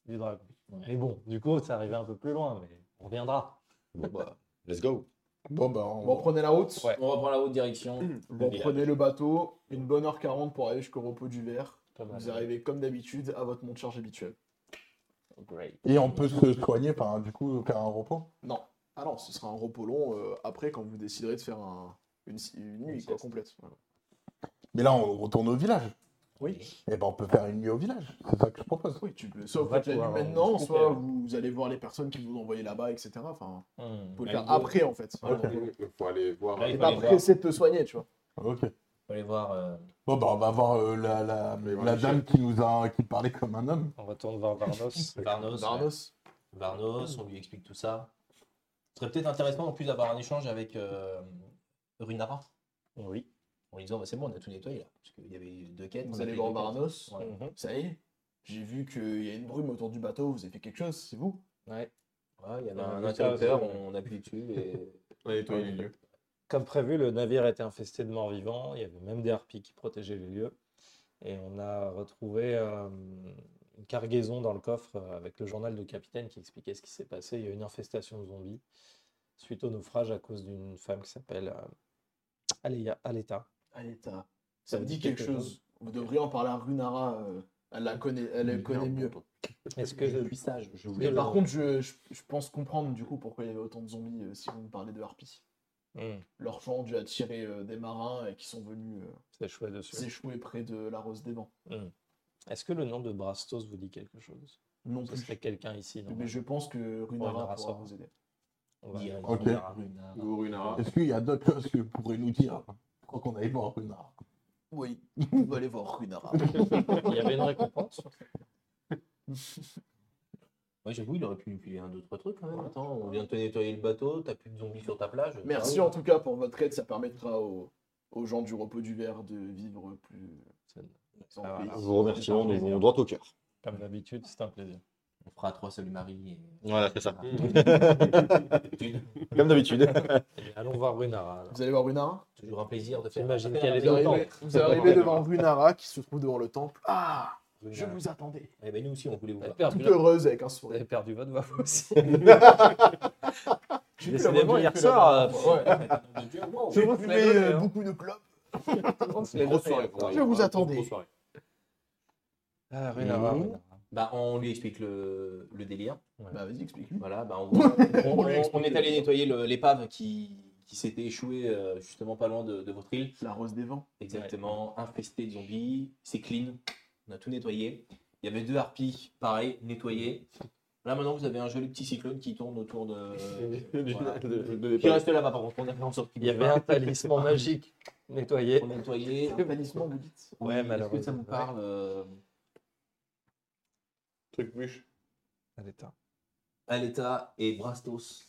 Speaker 6: du dragon. Mais bon, du coup, ça arrivait un peu plus loin, mais on reviendra.
Speaker 5: Bon, bah, let's go.
Speaker 2: Bon, bah, on-
Speaker 3: Bon, prenez la route.
Speaker 6: Ouais.
Speaker 4: On va prendre la haute direction.
Speaker 3: Vous
Speaker 4: Le
Speaker 3: prenez le bateau. Une bonne heure 40 pour aller jusqu'au repos du verre.
Speaker 6: Comme
Speaker 3: Vous
Speaker 6: la-
Speaker 3: arrivez comme d'habitude à votre monte de charge habituelle.
Speaker 4: Great.
Speaker 2: Et on peut se soigner, par, du coup, faire un repos
Speaker 3: Non. Ah non, ce sera un repos long euh, après quand vous déciderez de faire un- une, si- une nuit quoi, complète. Voilà.
Speaker 2: Mais là, on retourne au village.
Speaker 3: Oui.
Speaker 2: Et ben, on peut faire une nuit au village. C'est ça que je propose.
Speaker 3: Ah Oui, tu peux. Soit vous
Speaker 6: va
Speaker 3: faites la nuit
Speaker 6: pouvoir, euh,
Speaker 3: maintenant,
Speaker 6: discuter,
Speaker 3: soit
Speaker 6: ouais.
Speaker 3: vous allez voir les personnes qui vous ont envoyé là-bas, etc. Enfin,
Speaker 6: Hmm.
Speaker 3: vous pouvez le
Speaker 4: Bah,
Speaker 3: faire
Speaker 4: il faut-
Speaker 3: après en fait.
Speaker 1: Ok, Il faut aller voir.
Speaker 4: Là, il
Speaker 3: T'es
Speaker 4: faut
Speaker 3: pas
Speaker 4: aller voir.
Speaker 3: pressé de te soigner, tu vois.
Speaker 2: Ok.
Speaker 4: Faut aller voir. euh,
Speaker 2: Bon, bah, on va voir euh, la, la,
Speaker 1: Mais
Speaker 2: la
Speaker 1: voilà,
Speaker 2: dame qui nous a qui parlait comme un homme.
Speaker 6: On retourne voir Varnos.
Speaker 4: Varnos. ouais.
Speaker 3: Darnos.
Speaker 4: Varnos, on lui explique tout ça. Ce serait peut-être intéressant en plus d'avoir un échange avec euh, Runara.
Speaker 6: oui.
Speaker 4: En lui disant, bah, c'est bon, on a tout nettoyé là. Parce qu'il y avait deux quêtes.
Speaker 3: Vous
Speaker 4: on a
Speaker 3: allez
Speaker 4: fait
Speaker 3: voir
Speaker 4: les deux quêtes.
Speaker 3: Varnos.
Speaker 4: Ouais.
Speaker 6: Mhm.
Speaker 3: Ça y est, j'ai vu qu'il y a une brume autour du bateau, vous avez fait quelque chose, c'est vous
Speaker 6: Ouais.
Speaker 4: Ouais, il y avait
Speaker 6: Euh,
Speaker 4: un
Speaker 6: ça,
Speaker 4: interrupteur,
Speaker 6: ça,
Speaker 4: on appuie dessus et.
Speaker 1: On a nettoyé les lieux.
Speaker 6: Comme prévu, le navire était infesté de morts vivants. Il y avait même des harpies qui protégeaient les lieux. Et on a retrouvé euh, une cargaison dans le coffre euh, avec le journal de capitaine qui expliquait ce qui s'est passé. Il y a eu une infestation de zombies suite au naufrage à cause d'une femme qui s'appelle euh, Aleya- Aleta.
Speaker 3: Allez, t'as- Ça me dit quelque chose. Vous devriez en parler à Runara. euh, Elle la connaît, elle la connaît mieux.
Speaker 6: Est-ce que je...
Speaker 4: suis sage, je
Speaker 3: Mais par contre, je, je- je pense comprendre du coup pourquoi il y avait autant de zombies euh, si vous me parlez de harpies.
Speaker 6: Hmm,
Speaker 3: Leurs gens ont dû attirer euh, des marins et qui sont venus euh,
Speaker 6: c'est chouette dessus.
Speaker 3: s'échouer près de la Rose des Vents.
Speaker 6: Est-ce que le nom de Brastos vous dit quelque chose
Speaker 3: Non
Speaker 6: Ce
Speaker 3: plus.
Speaker 6: serait quelqu'un ici, non
Speaker 3: Mais je pense que Runara
Speaker 6: Runara
Speaker 3: pourra
Speaker 6: saura.
Speaker 3: vous aider.
Speaker 6: On va aller
Speaker 2: Ok.
Speaker 6: voir Runara.
Speaker 1: Ou Runara.
Speaker 2: Est-ce qu'il y a d'autres choses que vous pourrez nous dire Je crois qu'on allait voir Renard.
Speaker 3: Oui, on va aller voir Runara.
Speaker 6: Il y avait une récompense
Speaker 4: Ouais, j'avoue, il aurait pu nous filer un, deux, trois trucs quand même. Attends, on vient de te nettoyer le bateau, t'as plus de zombies sur ta plage.
Speaker 3: Merci en tout cas pour votre aide, ça permettra aux, aux gens du repos du verre de vivre plus.
Speaker 6: Ça-
Speaker 3: sans
Speaker 6: Ah,
Speaker 3: paix.
Speaker 6: voilà.
Speaker 5: Vos remerciements nous vont droit au cœur.
Speaker 6: Comme d'habitude, c'est un plaisir.
Speaker 4: On fera trois salut Marie. Et...
Speaker 5: Voilà, c'est ça.
Speaker 4: D'habitude,
Speaker 5: Comme d'habitude.
Speaker 6: Et allons voir Runara. alors.
Speaker 3: Vous allez voir Runara
Speaker 4: toujours un plaisir de faire.
Speaker 6: J'imagine
Speaker 4: faire
Speaker 6: qu'elle
Speaker 4: un
Speaker 6: est
Speaker 3: Vous
Speaker 4: appel.
Speaker 6: dedans.
Speaker 3: arrivez, vous arrivez devant Runara qui se trouve devant le temple. Ah, je
Speaker 6: Runara.
Speaker 3: vous attendais.
Speaker 4: Eh ben, nous aussi, on voulait vous
Speaker 6: Vous avez
Speaker 4: voir.
Speaker 6: perdu,
Speaker 3: Toute heureuse avec un
Speaker 6: vous
Speaker 3: sourire.
Speaker 6: avez perdu votre voix vous aussi.
Speaker 3: J'ai plus la voix
Speaker 6: Décidément,
Speaker 3: que j'ai
Speaker 6: hier
Speaker 3: plus
Speaker 6: soir,
Speaker 3: là-bas.
Speaker 6: euh,
Speaker 3: Ouais. Je
Speaker 6: vous
Speaker 3: vous
Speaker 6: fumez, euh,
Speaker 3: beaucoup de clopes.
Speaker 6: les
Speaker 1: Grosse
Speaker 6: deux
Speaker 1: soirée.
Speaker 6: frères.
Speaker 1: pour
Speaker 3: Je
Speaker 1: moi.
Speaker 3: vous attendais.
Speaker 1: Grosse soirée.
Speaker 6: Ah, Runara,
Speaker 5: Mmh.
Speaker 6: Runara.
Speaker 4: Bah, on lui explique le, le délire.
Speaker 3: Bah vas-y, explique-lui.
Speaker 4: Voilà, bah, on, on- on- on est allé nettoyer le- l'épave qui, qui s'était échouée euh, justement pas loin de, de votre île.
Speaker 3: La rose des vents.
Speaker 4: Exactement, infesté de zombies. C'est clean. On a tout nettoyé. Il y avait deux harpies, pareil, nettoyées. Là maintenant, vous avez un joli petit cyclone qui tourne autour de. voilà. Qui reste là-bas, par contre. On a fait en sorte qu'il
Speaker 6: Il y avait un talisman magique nettoyé.
Speaker 4: On a nettoyé.
Speaker 3: Le bannissement, vous dites.
Speaker 6: Ouais,
Speaker 4: Est-ce que ça
Speaker 6: malheureusement.
Speaker 4: vous parle euh,
Speaker 1: Truc mûche.
Speaker 6: Elle est un-
Speaker 4: Aleta et Brastos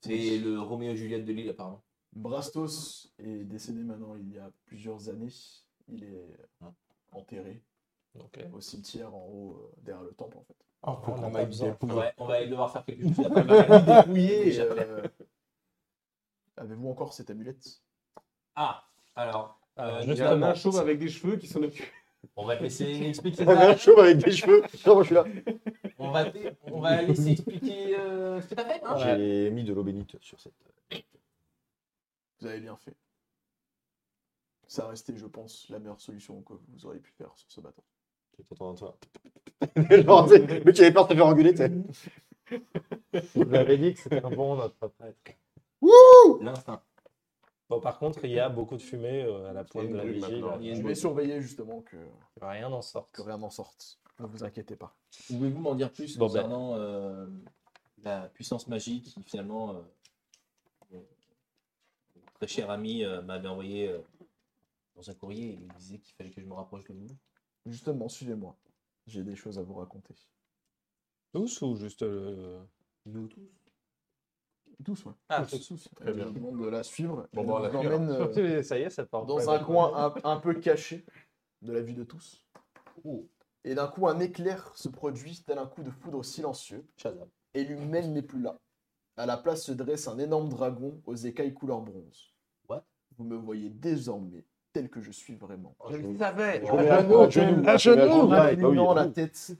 Speaker 4: C'est le Roméo et Juliette de l'île, apparemment.
Speaker 3: Brastos est décédé maintenant il y a plusieurs années. Il est
Speaker 4: Hein.
Speaker 3: enterré.
Speaker 6: Donc, Ok.
Speaker 3: au cimetière en haut, euh, derrière le temple en fait.
Speaker 2: Ah, faut
Speaker 6: On
Speaker 2: qu'on
Speaker 6: n'a
Speaker 2: aille
Speaker 6: pas besoin.
Speaker 2: dépouiller.
Speaker 4: Ouais, on va aller devoir faire quelque chose après.
Speaker 3: Et,
Speaker 4: Dépouiller.
Speaker 3: euh, Avez-vous encore cette amulette
Speaker 4: Ah, alors, euh,
Speaker 6: Alors,
Speaker 1: Il y a un chauve avec des cheveux qui s'en occupe.
Speaker 4: on va te laisser expliquer
Speaker 5: T'avais un
Speaker 4: ça.
Speaker 5: chauve avec des cheveux. Non, moi, je suis là.
Speaker 4: On va, te- on va laisser expliquer euh, ce que t'as fait. Hein
Speaker 6: Ouais.
Speaker 5: J'ai mis de l'eau bénite sur cette.
Speaker 3: Vous avez bien fait. Ça restait, je pense, la meilleure solution que vous auriez pu faire sur ce bateau.
Speaker 5: J'étais content de toi. Genre, tu sais, mais tu avais peur de te faire engueuler, tu sais.
Speaker 6: Vous l'avez dit que c'était un bon notre prêtre.
Speaker 4: L'instinct.
Speaker 6: Bon, par contre, il y a beaucoup de fumée euh, à la pointe
Speaker 1: une
Speaker 6: de la
Speaker 1: brume
Speaker 6: vigie.
Speaker 1: maintenant.
Speaker 6: là.
Speaker 4: Il y a
Speaker 6: Il
Speaker 4: une
Speaker 3: Je vais surveiller justement que,
Speaker 6: n'y a rien d'en sorte.
Speaker 3: que rien n'en sorte. Ne vous inquiétez pas.
Speaker 4: Pouvez-vous m'en dire plus
Speaker 6: Bon, ben.
Speaker 4: concernant euh, la puissance magique qui finalement, euh, mon très cher ami euh, m'avait envoyé euh, dans un courrier et il me disait qu'il fallait que je me rapproche de vous
Speaker 3: Justement, suivez-moi. J'ai des choses à vous raconter.
Speaker 6: Tous ou juste euh, le.
Speaker 4: Nous tous.
Speaker 3: Tous, ouais.
Speaker 6: Ah,
Speaker 3: tous,
Speaker 6: tous.
Speaker 3: tous. Très bien. Je vous demande de la suivre.
Speaker 1: Bon,
Speaker 3: Elle
Speaker 1: bah, on la bah,
Speaker 3: vous
Speaker 1: suit, alors.
Speaker 3: emmène euh,
Speaker 6: Ça y est, ça part.
Speaker 3: dans un coin un, un peu caché de la vue de tous.
Speaker 1: Oh.
Speaker 3: Et d'un coup, un éclair se produit, tel un coup de foudre silencieux,
Speaker 4: Shazam.
Speaker 3: et l'humaine n'est plus là. À la place se dresse un énorme dragon aux écailles couleur bronze.
Speaker 4: What
Speaker 3: Vous me voyez désormais tel que je suis vraiment.
Speaker 4: je le savais.
Speaker 5: Je me mets à genoux, à genoux.
Speaker 3: en
Speaker 5: Ouais, bah oui.
Speaker 3: inclinant la tête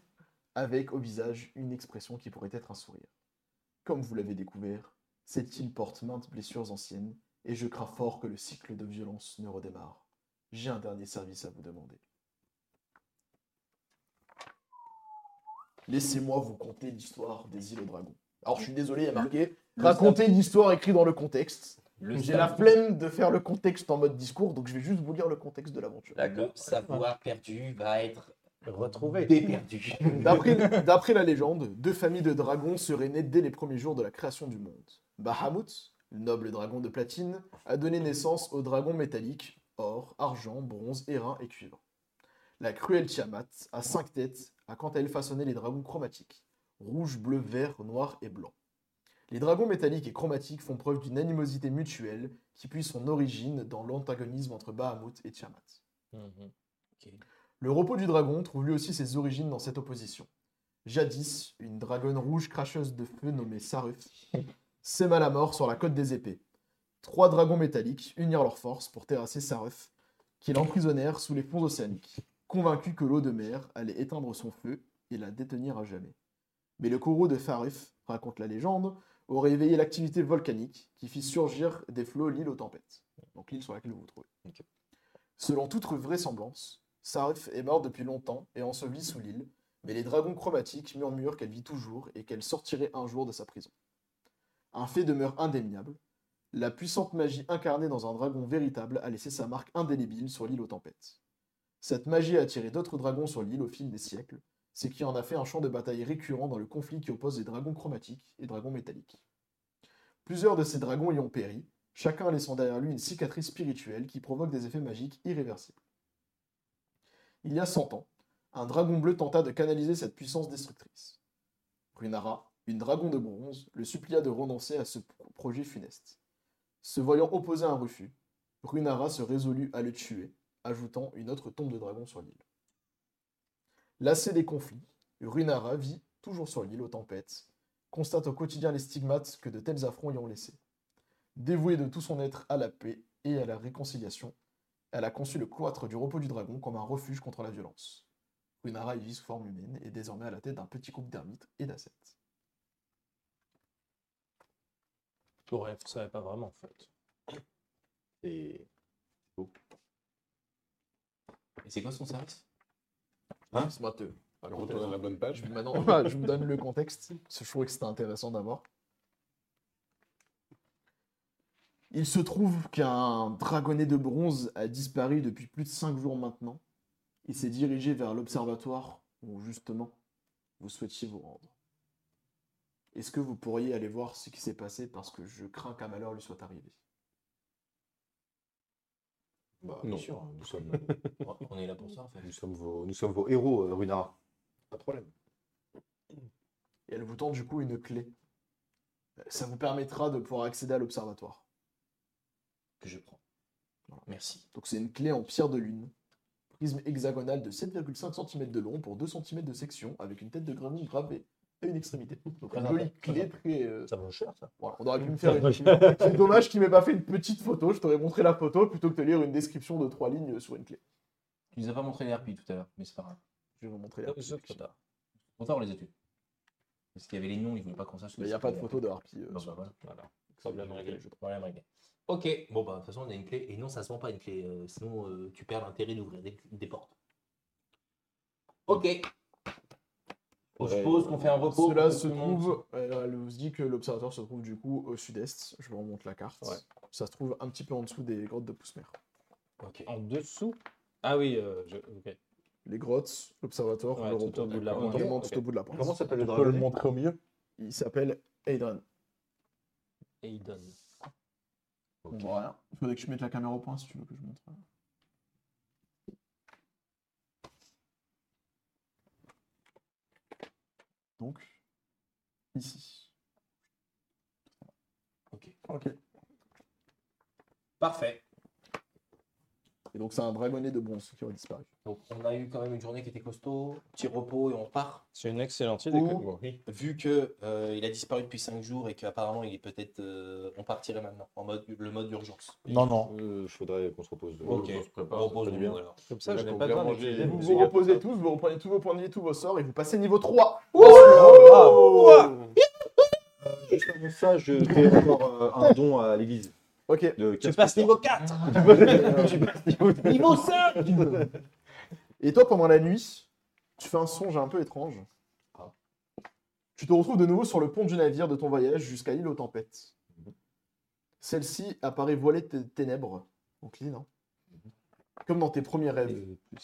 Speaker 3: avec au visage une expression qui pourrait être un sourire. Comme vous l'avez découvert, cette île porte maintes blessures anciennes et je crains fort que le cycle de violence ne redémarre. J'ai un dernier service à vous demander. Laissez-moi vous conter l'histoire des îles aux dragons. Alors je suis désolé, il y a marqué
Speaker 4: le
Speaker 3: raconter l'histoire écrite dans le contexte.
Speaker 4: Le
Speaker 3: J'ai la
Speaker 4: sa-
Speaker 3: flemme de faire le contexte en mode discours, donc je vais juste vous lire le contexte de l'aventure.
Speaker 4: le savoir perdu va être
Speaker 6: Retrouvé.
Speaker 4: déperdu.
Speaker 3: D'après d'après la légende, deux familles de dragons seraient nées dès les premiers jours de la création du monde. Bahamut, le noble dragon de platine, a donné naissance aux dragons métalliques or, argent, bronze, airain et cuivre. La cruelle Tiamat, à cinq têtes, a quant à elle façonné les dragons chromatiques rouge, bleu, vert, noir et blanc. Les dragons métalliques et chromatiques font preuve d'une animosité mutuelle qui puise son origine dans l'antagonisme entre Bahamut et Tiamat.
Speaker 6: Mhm.
Speaker 3: Le repos du dragon trouve lui aussi ses origines dans cette opposition. Jadis, une dragonne rouge cracheuse de feu nommée Saruf s'aima la mort sur la côte des épées. Trois dragons métalliques unirent leurs forces pour terrasser Saruf, qui l'emprisonnèrent sous les fonds océaniques, convaincus que l'eau de mer allait éteindre son feu et la détenir à jamais. Mais le coraux de Saruf, raconte la légende, aurait éveillé l'activité volcanique qui fit surgir des flots l'île aux tempêtes, donc l'île sur laquelle vous vous trouvez. Selon toute vraisemblance, Sarif est morte depuis longtemps et ensevelie sous l'île, mais les dragons chromatiques murmurent qu'elle vit toujours et qu'elle sortirait un jour de sa prison. Un fait demeure indéniable. La puissante magie incarnée dans un dragon véritable a laissé sa marque indélébile sur l'île aux tempêtes. Cette magie a attiré d'autres dragons sur l'île au fil des siècles, ce qui en a fait un champ de bataille récurrent dans le conflit qui oppose les dragons chromatiques et dragons métalliques. Plusieurs de ces dragons y ont péri, chacun laissant derrière lui une cicatrice spirituelle qui provoque des effets magiques irréversibles. Il y a 100 ans, un dragon bleu tenta de canaliser cette puissance destructrice. Runara, une dragon de bronze, le supplia de renoncer à ce pro- projet funeste. Se voyant opposé à un refus, Runara se résolut à le tuer, ajoutant une autre tombe de dragon sur l'île. Lassé des conflits, Runara vit toujours sur l'île aux tempêtes, constate au quotidien les stigmates que de tels affronts y ont laissés. Dévouée de tout son être à la paix et à la réconciliation, elle a conçu le cloître du repos du dragon comme un refuge contre la violence. Runara y vit sous forme humaine et est désormais à la tête d'un petit groupe d'ermites et d'ascètes.
Speaker 6: Bref, ça savait pas vraiment en fait.
Speaker 5: Et
Speaker 4: Et c'est quoi son service
Speaker 5: Hein
Speaker 3: C'est matheux.
Speaker 1: Alors, retourne à la bonne page.
Speaker 3: Je- Maintenant, voilà, je vous donne le contexte, parce que je trouvais que c'était intéressant d'abord. Il se trouve qu'un dragonnet de bronze a disparu depuis plus de 5 jours maintenant. Il s'est dirigé vers l'observatoire où, justement, vous souhaitiez vous rendre. Est-ce que vous pourriez aller voir ce qui s'est passé parce que je crains qu'un malheur lui soit arrivé
Speaker 5: bah,
Speaker 1: Non.
Speaker 5: bien sûr, nous sommes,
Speaker 4: On est là pour ça en fait.
Speaker 5: nous sommes, vos, nous sommes vos héros, euh, Runara. Pas de problème.
Speaker 3: Et elle vous tend du coup une clé. Ça vous permettra de pouvoir accéder à l'observatoire.
Speaker 4: Que je prends. Merci.
Speaker 3: Donc c'est une clé en pierre de lune prisme hexagonal de 7,5 cm de long pour 2 cm de section, avec une tête de gremlin gravée à une extrémité. Donc une
Speaker 6: Très
Speaker 3: jolie
Speaker 6: sympa, très
Speaker 3: clé très. euh,
Speaker 6: Ça vaut cher, ça.
Speaker 3: voilà, on aurait pu me faire une.
Speaker 6: Ça vaut cher.
Speaker 3: C'est dommage qu'il m'ait pas fait une petite photo, je t'aurais montré la photo plutôt que de lire une description de trois lignes sur une clé.
Speaker 4: Tu nous as pas montré les RP tout à l'heure, mais c'est pas grave.
Speaker 3: Je vais vous montrer la
Speaker 6: Donc, c'est trop tard.
Speaker 4: Trop tard, on les a tués. Parce qu'il y avait les noms, ils voulaient pas qu'on sache.
Speaker 3: Il n'y a pas de photo de harpie. euh,
Speaker 6: Ah
Speaker 4: Non,
Speaker 3: sur-
Speaker 4: bah voilà.
Speaker 6: Voilà. Problème réglé.
Speaker 4: Je- problème réglé. Ok, bon bah de toute façon on a une clé et non ça se vend pas une clé, euh, sinon euh, tu perds l'intérêt d'ouvrir des, des portes. Ok. Bon, je
Speaker 6: Ouais.
Speaker 4: suppose qu'on fait un repos.
Speaker 3: Cela
Speaker 4: pour que
Speaker 3: se
Speaker 4: tout le monde-
Speaker 3: trouve, euh, elle vous dit que l'observatoire se trouve du coup au sud-est. Je vous remonte la carte.
Speaker 6: Ouais.
Speaker 3: Ça se trouve un petit peu en dessous des grottes de Poussmer.
Speaker 4: Ok.
Speaker 6: En dessous Ah oui, euh, je... ok.
Speaker 3: Les grottes, l'observatoire,
Speaker 6: Ouais,
Speaker 3: le
Speaker 6: tout
Speaker 3: rond-point.
Speaker 6: au bout de la
Speaker 3: Vraiment
Speaker 6: pointe.
Speaker 3: tout
Speaker 6: Ok.
Speaker 3: au bout de la pointe.
Speaker 5: Comment s'appelle le
Speaker 2: Je peux
Speaker 5: dragon
Speaker 2: le montrer au milieu
Speaker 3: Il s'appelle Adrian.
Speaker 6: Et il donne.
Speaker 3: On voit rien. Il faudrait que je mette la caméra au point si tu veux que je montre. Donc, ici.
Speaker 4: Ok.
Speaker 3: Ok.
Speaker 4: Parfait.
Speaker 3: Et donc, c'est un dragonnet de bronze qui aurait disparu.
Speaker 4: Donc on a eu quand même une journée qui était costaud, petit repos et on part.
Speaker 6: C'est une excellente idée.
Speaker 4: Ou, vu que euh, il a disparu depuis 5 jours et qu'apparemment il est peut-être, euh, on partirait maintenant en mode le mode d'urgence.
Speaker 2: Non, non.
Speaker 5: Il Euh, faudrait qu'on se repose. de-
Speaker 4: Ok.
Speaker 1: On se prépare,
Speaker 4: On
Speaker 1: Oh, ça
Speaker 4: repose
Speaker 1: fait du
Speaker 4: nous,
Speaker 1: bien.
Speaker 4: alors.
Speaker 6: Comme ça, je
Speaker 1: Là,
Speaker 6: n'ai
Speaker 1: qu'on
Speaker 6: pas
Speaker 1: vient
Speaker 6: besoin
Speaker 1: manger
Speaker 6: d'utiliser
Speaker 1: les
Speaker 3: Vous
Speaker 6: mon
Speaker 3: vous
Speaker 1: gars.
Speaker 3: reposez tous, vous reprenez tous vos points de vie, tous vos sorts et vous passez niveau 3.
Speaker 5: Oh, Juste avant ça, je fais encore euh, un don à l'église.
Speaker 3: Ok.
Speaker 5: De
Speaker 6: Tu
Speaker 5: 15
Speaker 6: passes
Speaker 5: pouces.
Speaker 6: niveau 4
Speaker 5: Tu passes niveau
Speaker 6: Niveau 5
Speaker 3: Et toi, pendant la nuit, tu fais un songe un peu étrange.
Speaker 4: Ah.
Speaker 3: Tu te retrouves de nouveau sur le pont du navire de ton voyage jusqu'à l'île aux tempêtes. Celle-ci apparaît voilée de té- ténèbres, donc l'île, hein. comme dans tes premiers rêves.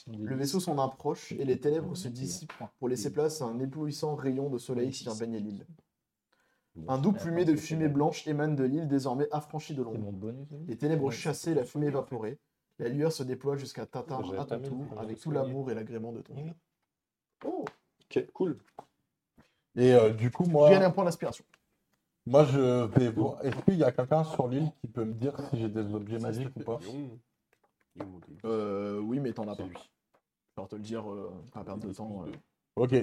Speaker 3: Le vaisseau s'en approche et les ténèbres se dissipent pour laisser place à un éblouissant rayon de soleil qui vient baigner l'île. Un doux plumée de fumée blanche émane de l'île désormais affranchie de l'ombre.
Speaker 6: bonus.
Speaker 3: Les ténèbres
Speaker 6: Ouais.
Speaker 3: chassées, la fumée évaporée, la lueur se déploie jusqu'à t'atteindre
Speaker 6: J'avais
Speaker 3: à ton
Speaker 6: pas mis le
Speaker 3: tour
Speaker 6: premier
Speaker 3: avec tout
Speaker 6: souvenir.
Speaker 3: l'amour et l'agrément de ton cœur.
Speaker 5: Ok, cool.
Speaker 2: Et euh, du coup,
Speaker 3: Je
Speaker 2: moi,
Speaker 3: gagne un point d'inspiration.
Speaker 2: moi je vais voir. Est-ce qu'il y a quelqu'un sur l'île qui peut me dire si j'ai des objets magiques ou pas
Speaker 3: Euh, oui, mais t'en as pas. Je vais te le dire, euh, pas perdre de temps. euh.
Speaker 2: Ok.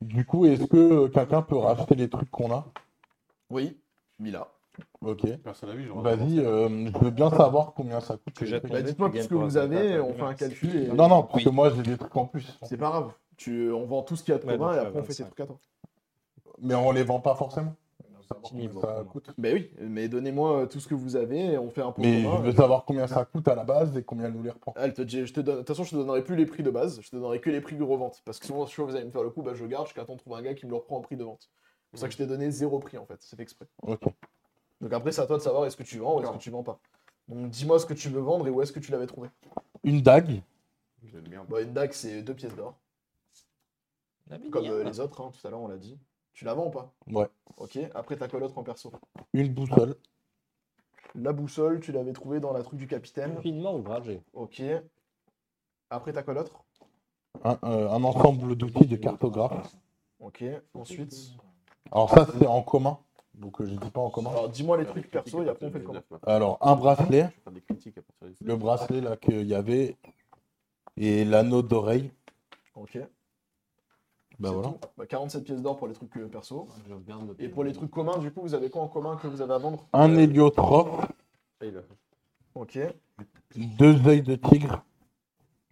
Speaker 2: Du coup, est-ce que euh, quelqu'un peut racheter les trucs qu'on a
Speaker 3: Oui, Mila.
Speaker 2: Ok.
Speaker 1: Personne n'a vu, genre.
Speaker 2: Vas-y, euh, je veux bien savoir combien ça coûte.
Speaker 6: Que
Speaker 2: les
Speaker 6: j'attends.
Speaker 2: trucs.
Speaker 3: Bah, Dites-moi
Speaker 6: tu
Speaker 3: tout ce que
Speaker 6: gagnes
Speaker 3: vous
Speaker 6: pour la hein.
Speaker 3: avez,
Speaker 6: totale.
Speaker 3: on fait un calcul et.
Speaker 2: Non, non, parce
Speaker 6: Oui.
Speaker 2: que moi j'ai des trucs en plus.
Speaker 3: C'est pas grave. Tu, on vend tout ce qu'il y a de
Speaker 6: Ouais,
Speaker 3: commun
Speaker 6: donc,
Speaker 3: et
Speaker 6: euh,
Speaker 3: après on fait ses
Speaker 6: 25.
Speaker 3: trucs à toi.
Speaker 2: Mais on les vend pas forcément. Ça coûte.
Speaker 3: Bah oui, mais donnez-moi euh, tout ce que vous avez et on fait un pot
Speaker 2: Mais
Speaker 3: commun.
Speaker 2: je veux savoir combien ça coûte à la base et combien elle nous les reprend.
Speaker 3: Ah, elle te dit- je te donne- de toute façon, je te donnerai plus les prix de base, je te donnerai que les prix de revente. Parce que souvent, si vous allez me faire le coup, bah, je garde jusqu'à temps de trouver un gars qui me le reprend en prix de vente. C'est pour ça que je t'ai donné zéro prix en fait, c'est fait exprès.
Speaker 2: Ok.
Speaker 3: Donc après, c'est à toi de savoir est-ce que tu vends ou est-ce que tu vends pas. Donc dis-moi ce que tu veux vendre et où est-ce que tu l'avais trouvé.
Speaker 2: Une dague.
Speaker 1: J'ai de merde.
Speaker 3: Bah, une dague, c'est deux pièces d'or. Comme euh, les autres, hein, tout à l'heure on l'a dit. Tu la vends ou pas
Speaker 2: Ouais.
Speaker 3: Ok, après t'as quoi l'autre en perso
Speaker 2: Une boussole.
Speaker 3: La boussole, tu l'avais trouvée dans la truc du capitaine.
Speaker 6: Rapidement ouvragé.
Speaker 3: Ok. Après t'as quoi l'autre
Speaker 2: Un, euh, un ensemble d'outils de cartographe.
Speaker 3: Ok. Ensuite.
Speaker 2: Alors ça, c'est en commun. Donc euh, je dis pas en commun.
Speaker 3: Alors dis-moi les trucs perso et après on fait le comment.
Speaker 2: Alors, un bracelet.
Speaker 1: Je vais faire des critiques à partir de ça.
Speaker 2: Le bracelet là qu'il y avait. Et l'anneau d'oreille.
Speaker 3: Ok.
Speaker 2: Bah
Speaker 3: c'est
Speaker 2: voilà.
Speaker 3: tout. Bah, 47 pièces d'or pour les trucs euh, perso.
Speaker 4: Je regarde le
Speaker 3: Et pour les trucs communs, du coup, vous avez quoi en commun que vous avez à vendre Euh,
Speaker 2: Un héliotrope.
Speaker 1: Ah, il a-
Speaker 3: Ok.
Speaker 2: Deux œils de tigre.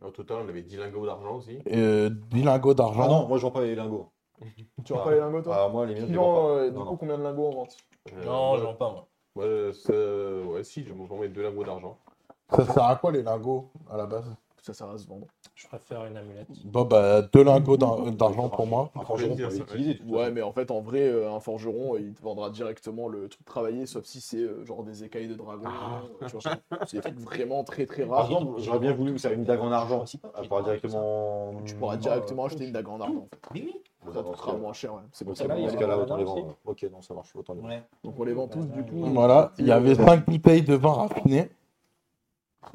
Speaker 1: Au total, on avait 10 lingots d'argent aussi.
Speaker 2: Euh, dix lingots
Speaker 5: Ah
Speaker 2: d'argent.
Speaker 5: non, moi je vends pas les lingots.
Speaker 3: Tu vends
Speaker 5: Ah,
Speaker 3: pas les lingots, toi
Speaker 5: Ah, moi les miens, je
Speaker 3: Qui
Speaker 5: les
Speaker 3: vend,
Speaker 5: vends pas.
Speaker 3: euh, du
Speaker 5: Non,
Speaker 3: coup,
Speaker 5: non.
Speaker 3: combien de lingots en vente
Speaker 1: Euh,
Speaker 4: Non,
Speaker 1: moi-
Speaker 4: j'en pas moi.
Speaker 1: Moi, euh, ça- ouais, si, je m'en remets deux lingots d'argent.
Speaker 2: Ça sert à quoi les lingots à la base
Speaker 3: Ça sert à se vendre.
Speaker 6: Je préfère une amulette.
Speaker 2: Bon bah deux lingots d'ar- d'argent pour moi.
Speaker 5: Ah, franchement, on
Speaker 1: Plaisir,
Speaker 5: peut les
Speaker 1: ça, ouais.
Speaker 5: utiliser. de toute
Speaker 3: Ouais,
Speaker 5: façon.
Speaker 3: mais en fait, en vrai, euh, un forgeron, euh, il te vendra directement le truc travaillé, sauf si c'est euh, genre des écailles de dragon. euh, tu vois. c'est des trucs vraiment très très
Speaker 5: Par
Speaker 3: rares.
Speaker 5: exemple, j'aurais bien voulu que ça ait une dague en argent. On pourra directement.
Speaker 3: Tu pourras directement acheter une dague en argent. en fait.
Speaker 4: Mais oui.
Speaker 5: Ouais,
Speaker 3: Ça te
Speaker 5: dans ce
Speaker 3: coûtera
Speaker 5: cas-
Speaker 3: moins cher. ouais. C'est
Speaker 5: dans
Speaker 3: pour
Speaker 5: ce
Speaker 3: ça
Speaker 5: cas-
Speaker 3: qu'on
Speaker 6: il y
Speaker 3: les
Speaker 5: dans ce
Speaker 6: a
Speaker 3: vend.
Speaker 5: cas-là,
Speaker 6: un
Speaker 5: autant les
Speaker 6: argent
Speaker 5: vendre. Ok, non, ça marche. Autant les vendre.
Speaker 4: Ouais.
Speaker 3: Donc on les vend tous du coup. euh,
Speaker 2: Voilà, il y avait cinq bouteilles de vin raffiné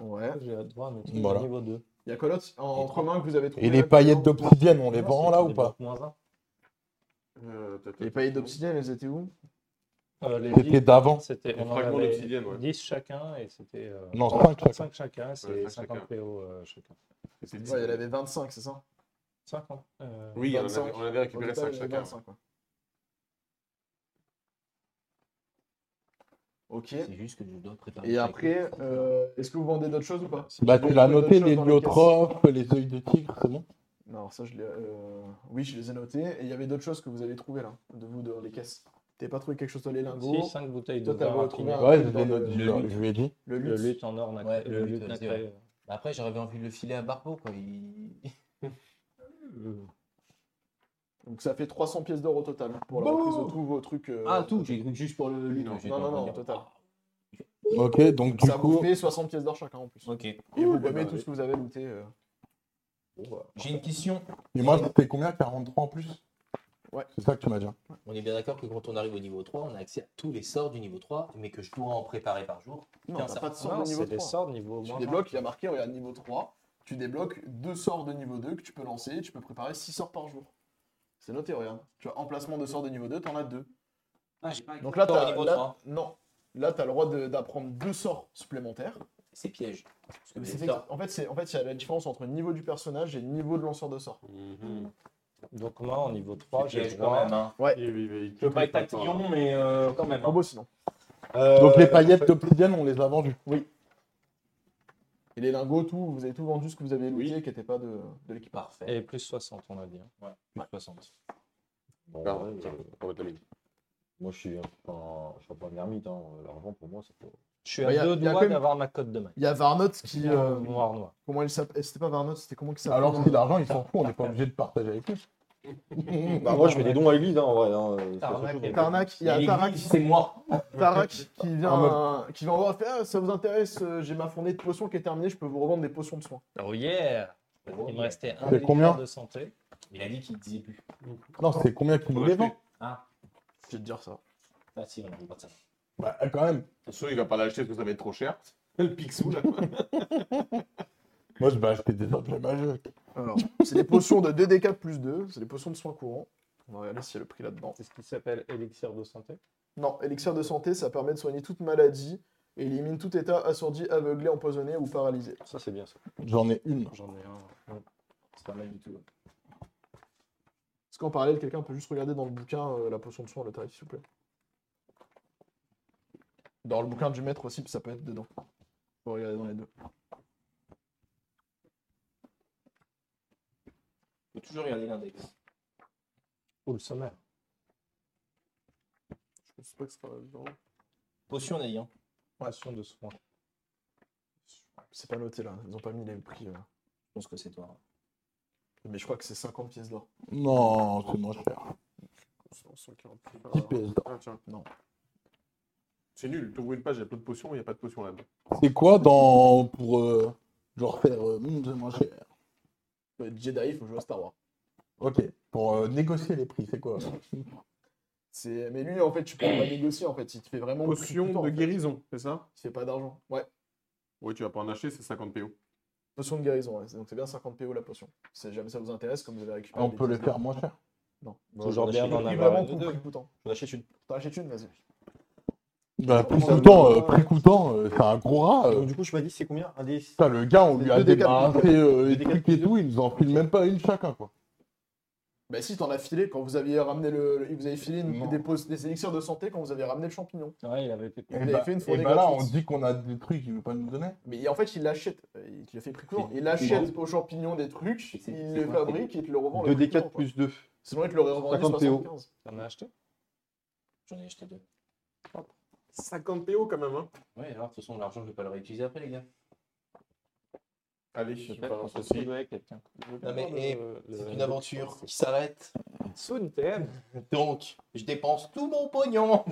Speaker 3: Ouais.
Speaker 6: J'ai hâte de voir notre truc
Speaker 2: Voilà.
Speaker 6: de niveau 2.
Speaker 3: Il y a quoi l'autre en, en commun que vous avez trouvé
Speaker 2: et les
Speaker 3: là,
Speaker 2: paillettes
Speaker 3: dedans
Speaker 2: d'obsidienne, on les vend là ou pas
Speaker 6: Moins
Speaker 1: Euh, tac, tac,
Speaker 3: Les
Speaker 1: tac.
Speaker 3: paillettes d'obsidienne, elles étaient où
Speaker 6: 1. Euh, les
Speaker 2: C'était
Speaker 6: 10,
Speaker 2: d'avant.
Speaker 6: c'était
Speaker 1: Les
Speaker 6: on en
Speaker 1: fragments
Speaker 6: avait
Speaker 1: d'obsidienne, ouais.
Speaker 6: 10 chacun et c'était euh,
Speaker 2: Non, cinq chacun.
Speaker 6: 5 chacun, c'est
Speaker 1: Ouais, cinq
Speaker 6: 50
Speaker 1: chacun.
Speaker 6: PO euh, chacun.
Speaker 1: C'est
Speaker 3: Ouais, il y en avait 25, c'est ça
Speaker 6: 50. euh,
Speaker 1: Oui, on en avait,
Speaker 3: 25.
Speaker 1: on avait
Speaker 3: Au
Speaker 1: récupéré 5
Speaker 3: total, il y en avait
Speaker 1: chacun.
Speaker 3: 25, ouais. Ok.
Speaker 4: C'est juste que je dois préparer.
Speaker 3: Et
Speaker 4: chaque-
Speaker 3: après, euh, est-ce que vous vendez d'autres choses ou pas
Speaker 2: Bah, tu l'as
Speaker 3: D'autres
Speaker 2: noté,
Speaker 3: choses
Speaker 2: les
Speaker 3: dans la caisse
Speaker 2: biotropes, les œils de tigre, c'est bon
Speaker 3: Non, ça, je l'ai. euh, Oui, je les ai notés. Et il y avait d'autres choses que vous avez trouvées là, de vous, dans les caisses. T'avais pas trouvé quelque chose dans les lingots
Speaker 6: 5 bouteilles de
Speaker 3: Toi, t'avais
Speaker 6: vin
Speaker 3: retrouvé
Speaker 6: raffiné.
Speaker 3: un
Speaker 2: Ouais,
Speaker 3: truc
Speaker 2: je
Speaker 3: dans
Speaker 2: l'ai
Speaker 3: le-
Speaker 2: noté,
Speaker 3: le
Speaker 2: je
Speaker 3: luth.
Speaker 2: je lui ai dit.
Speaker 3: Le
Speaker 6: Le
Speaker 3: luth.
Speaker 6: luth en or nacré.
Speaker 4: Ouais,
Speaker 6: le
Speaker 4: le
Speaker 6: luth
Speaker 4: luth,
Speaker 6: nacré,
Speaker 4: zéro.
Speaker 6: euh,
Speaker 4: Bah Après, j'aurais envie de le filer à Barbeau, quoi. Il-
Speaker 3: Donc ça fait 300 pièces d'or au total hein, pour la
Speaker 4: Bon.
Speaker 3: reprise de tous vos trucs. euh,
Speaker 4: Ah, tout, j'ai cru que juste pour le lutte.
Speaker 1: Non,
Speaker 4: j'étais
Speaker 3: Non, non,
Speaker 4: en train
Speaker 3: non,
Speaker 4: de
Speaker 3: au
Speaker 4: dire,
Speaker 3: total.
Speaker 2: Ok, donc du
Speaker 3: Ça vous
Speaker 2: coup,
Speaker 3: fait 60 pièces d'or chacun en plus.
Speaker 4: Ok.
Speaker 3: Et vous
Speaker 1: Ouh, bah,
Speaker 3: gommez tout
Speaker 1: oui.
Speaker 3: ce que vous avez looté. euh.
Speaker 4: J'ai une question.
Speaker 2: et moi c'était combien 43 en plus
Speaker 3: Ouais.
Speaker 2: C'est ça que tu m'as dit. hein.
Speaker 4: On est bien d'accord que quand on arrive au niveau 3, on a accès à tous les sorts du niveau 3, mais que je dois en préparer par jour.
Speaker 3: Non,
Speaker 4: Tiens,
Speaker 3: t'as
Speaker 4: ça-
Speaker 3: pas de sort
Speaker 6: Non,
Speaker 3: de niveau
Speaker 6: c'est des
Speaker 3: 3.
Speaker 6: sorts niveau
Speaker 3: Tu
Speaker 6: moins
Speaker 3: débloques, il y a marqué, regarde, niveau 3. Tu débloques deux sorts de niveau 2 que tu peux lancer. Tu peux préparer 6 sorts par jour. C'est noté, regarde. Tu as emplacement de sorts de niveau 2, t'en as deux.
Speaker 4: Ah, j'ai pas
Speaker 3: Donc là,
Speaker 4: Sort au
Speaker 3: t'as,
Speaker 4: niveau
Speaker 3: là,
Speaker 4: 3.
Speaker 3: non. Là, t'as le droit de- d'apprendre deux sorts supplémentaires.
Speaker 4: C'est piège. Parce que
Speaker 3: Mais
Speaker 4: les
Speaker 3: c'est
Speaker 4: sorts-
Speaker 3: fait- en fait, c'est, en fait, il y a la différence entre le niveau du personnage et le niveau de lanceur de sorts.
Speaker 1: Mhm.
Speaker 6: vingt. Donc moi, en niveau 3, j'ai
Speaker 4: piège
Speaker 6: le
Speaker 4: quand
Speaker 6: droit.
Speaker 4: même. hein.
Speaker 1: Et oui, oui,
Speaker 4: Je veux pas être tatillon, mais euh, quand même.
Speaker 3: Pas
Speaker 4: hein.
Speaker 3: beau sinon.
Speaker 2: Donc les paillettes d'obsidienne, on les a vendues.
Speaker 3: Et les lingots, tout, vous avez tout vendu ce que vous avez looté
Speaker 1: Oui.
Speaker 3: qui n'était pas de, de l'équipe.
Speaker 4: Parfait.
Speaker 6: Et plus 60, on a dit. hein. Plus 60.
Speaker 5: Bon,
Speaker 1: Pardon,
Speaker 5: ouais,
Speaker 1: euh,
Speaker 5: euh,
Speaker 1: on va te la mine.
Speaker 5: moi, je suis, un- enfin, je suis pas un ermite. Hein. L'argent, pour moi, c'est pas.
Speaker 6: Je suis
Speaker 3: Bah, y
Speaker 6: à
Speaker 3: a-
Speaker 6: deux
Speaker 3: y a quand
Speaker 6: doigts
Speaker 3: même-
Speaker 6: d'avoir ma cote de maille.
Speaker 3: Il y a Varnot qui. euh,
Speaker 6: Noir, noir, noir.
Speaker 3: comment il s'appelle C'était pas Varnot, c'était comment il s'appelle
Speaker 2: Alors si l'argent, ils s'en foutent, on n'est pas obligé de partager avec eux.
Speaker 5: Bah, moi, je fais des dons à l'église, hein, en vrai. Hein. euh, c'est la seule chose,
Speaker 6: Tarnac et
Speaker 5: hein.
Speaker 3: Tarnac, il y a
Speaker 4: Et
Speaker 3: Tarak,
Speaker 4: l'église, c'est moi.
Speaker 3: Tarak qui vient,
Speaker 2: En mode-
Speaker 3: euh, qui vient voir et fait ah, ça vous intéresse, euh, j'ai ma fournée de potions qui est terminée, je peux vous revendre des potions de soins.
Speaker 6: Oh yeah Il me restait un
Speaker 2: C'est
Speaker 6: litre
Speaker 2: combien
Speaker 6: de santé.
Speaker 4: Il a dit qu'il disait plus.
Speaker 2: Non, c'est combien qu'ils nous les vendent
Speaker 3: Je vais te dire ça.
Speaker 4: Ah si, on va ça.
Speaker 2: Bah quand même.
Speaker 1: Soit il va pas l'acheter parce que ça va être trop cher. Le Picsou, là. quoi.
Speaker 2: Moi je vais acheter des objets magiques.
Speaker 3: Alors, c'est des potions de 2d4 plus 2, c'est des potions de soins courants. On va regarder s'il y a le prix là-dedans.
Speaker 6: C'est ce qui s'appelle élixir de santé.
Speaker 3: Non, élixir de santé, ça permet de soigner toute maladie et élimine tout état assourdi, aveuglé, empoisonné ou paralysé.
Speaker 6: Ça, c'est bien ça.
Speaker 2: J'en ai une.
Speaker 6: J'en ai un.
Speaker 4: C'est pas mal du tout.
Speaker 3: Est-ce qu'en parallèle, quelqu'un peut juste regarder dans le bouquin euh, la potion de soin, le tarif, s'il vous plaît Dans le bouquin du maître aussi, ça peut être dedans. Faut regarder dans les deux.
Speaker 4: Faut toujours regarder l'index.
Speaker 6: Ou le sommaire.
Speaker 3: Je pense pas que ce sera dedans.
Speaker 4: Potion d'ayant.
Speaker 6: Passion de soins.
Speaker 3: C'est pas noté là, ils ont pas mis les prix. euh.
Speaker 4: Je pense que c'est toi. hein.
Speaker 3: Mais je crois que c'est 50 pièces d'or.
Speaker 2: Non, c'est moins cher. 10 pièces d'or.
Speaker 1: Ah, tiens.
Speaker 3: Non.
Speaker 1: C'est nul, t'ouvres une page, il y a plein de potions, il n'y a pas de potions là-dedans.
Speaker 2: C'est quoi dans pour euh, genre faire euh, Hum, c'est moins cher.
Speaker 3: Euh, Jedi, il faut jouer à Star Wars.
Speaker 2: Ok. Pour euh, négocier les prix, c'est quoi
Speaker 3: C'est... Mais lui, en fait, tu peux pas négocier, en fait. Il te fait vraiment. le prix tout le
Speaker 1: Potion
Speaker 3: temps, en
Speaker 1: de
Speaker 3: fait.
Speaker 1: guérison, c'est ça
Speaker 3: Il te fait pas d'argent. Ouais.
Speaker 1: Oui, tu vas pas en acheter, c'est 50 PO.
Speaker 3: Potion de guérison, ouais. donc c'est bien 50 PO la potion. Si jamais ça vous intéresse, comme vous avez récupéré.
Speaker 2: Ah, On
Speaker 3: des
Speaker 2: peut les
Speaker 3: pièces
Speaker 2: faire moins cher.
Speaker 6: Toujours bien
Speaker 3: d'or.
Speaker 6: d'en
Speaker 3: Il
Speaker 6: avoir
Speaker 3: vraiment
Speaker 6: une
Speaker 3: tout
Speaker 6: ou
Speaker 3: le
Speaker 6: deux.
Speaker 3: prix coûtant.
Speaker 5: J'en achète une.
Speaker 3: T'en achètes une, vas-y.
Speaker 2: Bah, prix
Speaker 3: Prends-en
Speaker 2: coûtant,
Speaker 3: deux.
Speaker 2: euh, prix coûtant, euh, c'est un gros rat. euh.
Speaker 5: Donc, du coup, je m'as dit, c'est combien Un des.
Speaker 2: Putain, le gars, on
Speaker 3: C'est
Speaker 2: lui a
Speaker 3: deux des quatre
Speaker 2: débarrassé euh,
Speaker 5: Deux
Speaker 2: les
Speaker 5: des
Speaker 2: trucs
Speaker 5: quatre
Speaker 2: et tout, il nous en file même pas une chacun, quoi.
Speaker 3: Bah si, t'en as filé quand vous aviez ramené le. le- Vous avez filé une-
Speaker 2: Non.
Speaker 3: des, pos- des élixirs de santé quand vous avez ramené le champignon.
Speaker 6: Ouais, il avait été
Speaker 2: Et
Speaker 3: avait
Speaker 2: bah,
Speaker 3: fait une
Speaker 2: et
Speaker 3: fournée
Speaker 2: bah là, on
Speaker 3: gratuite.
Speaker 2: dit qu'on a des trucs qu'il veut pas nous donner.
Speaker 3: Mais en fait, il l'achète. Euh, Il le fait prix courant. Il
Speaker 5: c'est
Speaker 3: achète aux champignons des trucs,
Speaker 4: C'est-
Speaker 3: il
Speaker 4: c'est
Speaker 3: les
Speaker 4: quoi,
Speaker 3: fabrique et il te le revend. le prix courant,
Speaker 5: 2D4
Speaker 3: quoi.
Speaker 5: plus 2.
Speaker 3: Sinon, il te l'aurait revendu
Speaker 5: 50 PO.
Speaker 3: 75.
Speaker 6: T'en as acheté
Speaker 4: J'en ai acheté deux.
Speaker 1: 50 PO quand même, hein
Speaker 4: Ouais, alors de toute façon, l'argent, je vais pas le réutiliser après, les gars.
Speaker 1: Allez, je balance aussi.
Speaker 6: quelqu'un.
Speaker 4: Non, mais, eh, C'est une aventure qui s'arrête.
Speaker 6: Soon TM.
Speaker 4: Donc, je dépense tout mon pognon.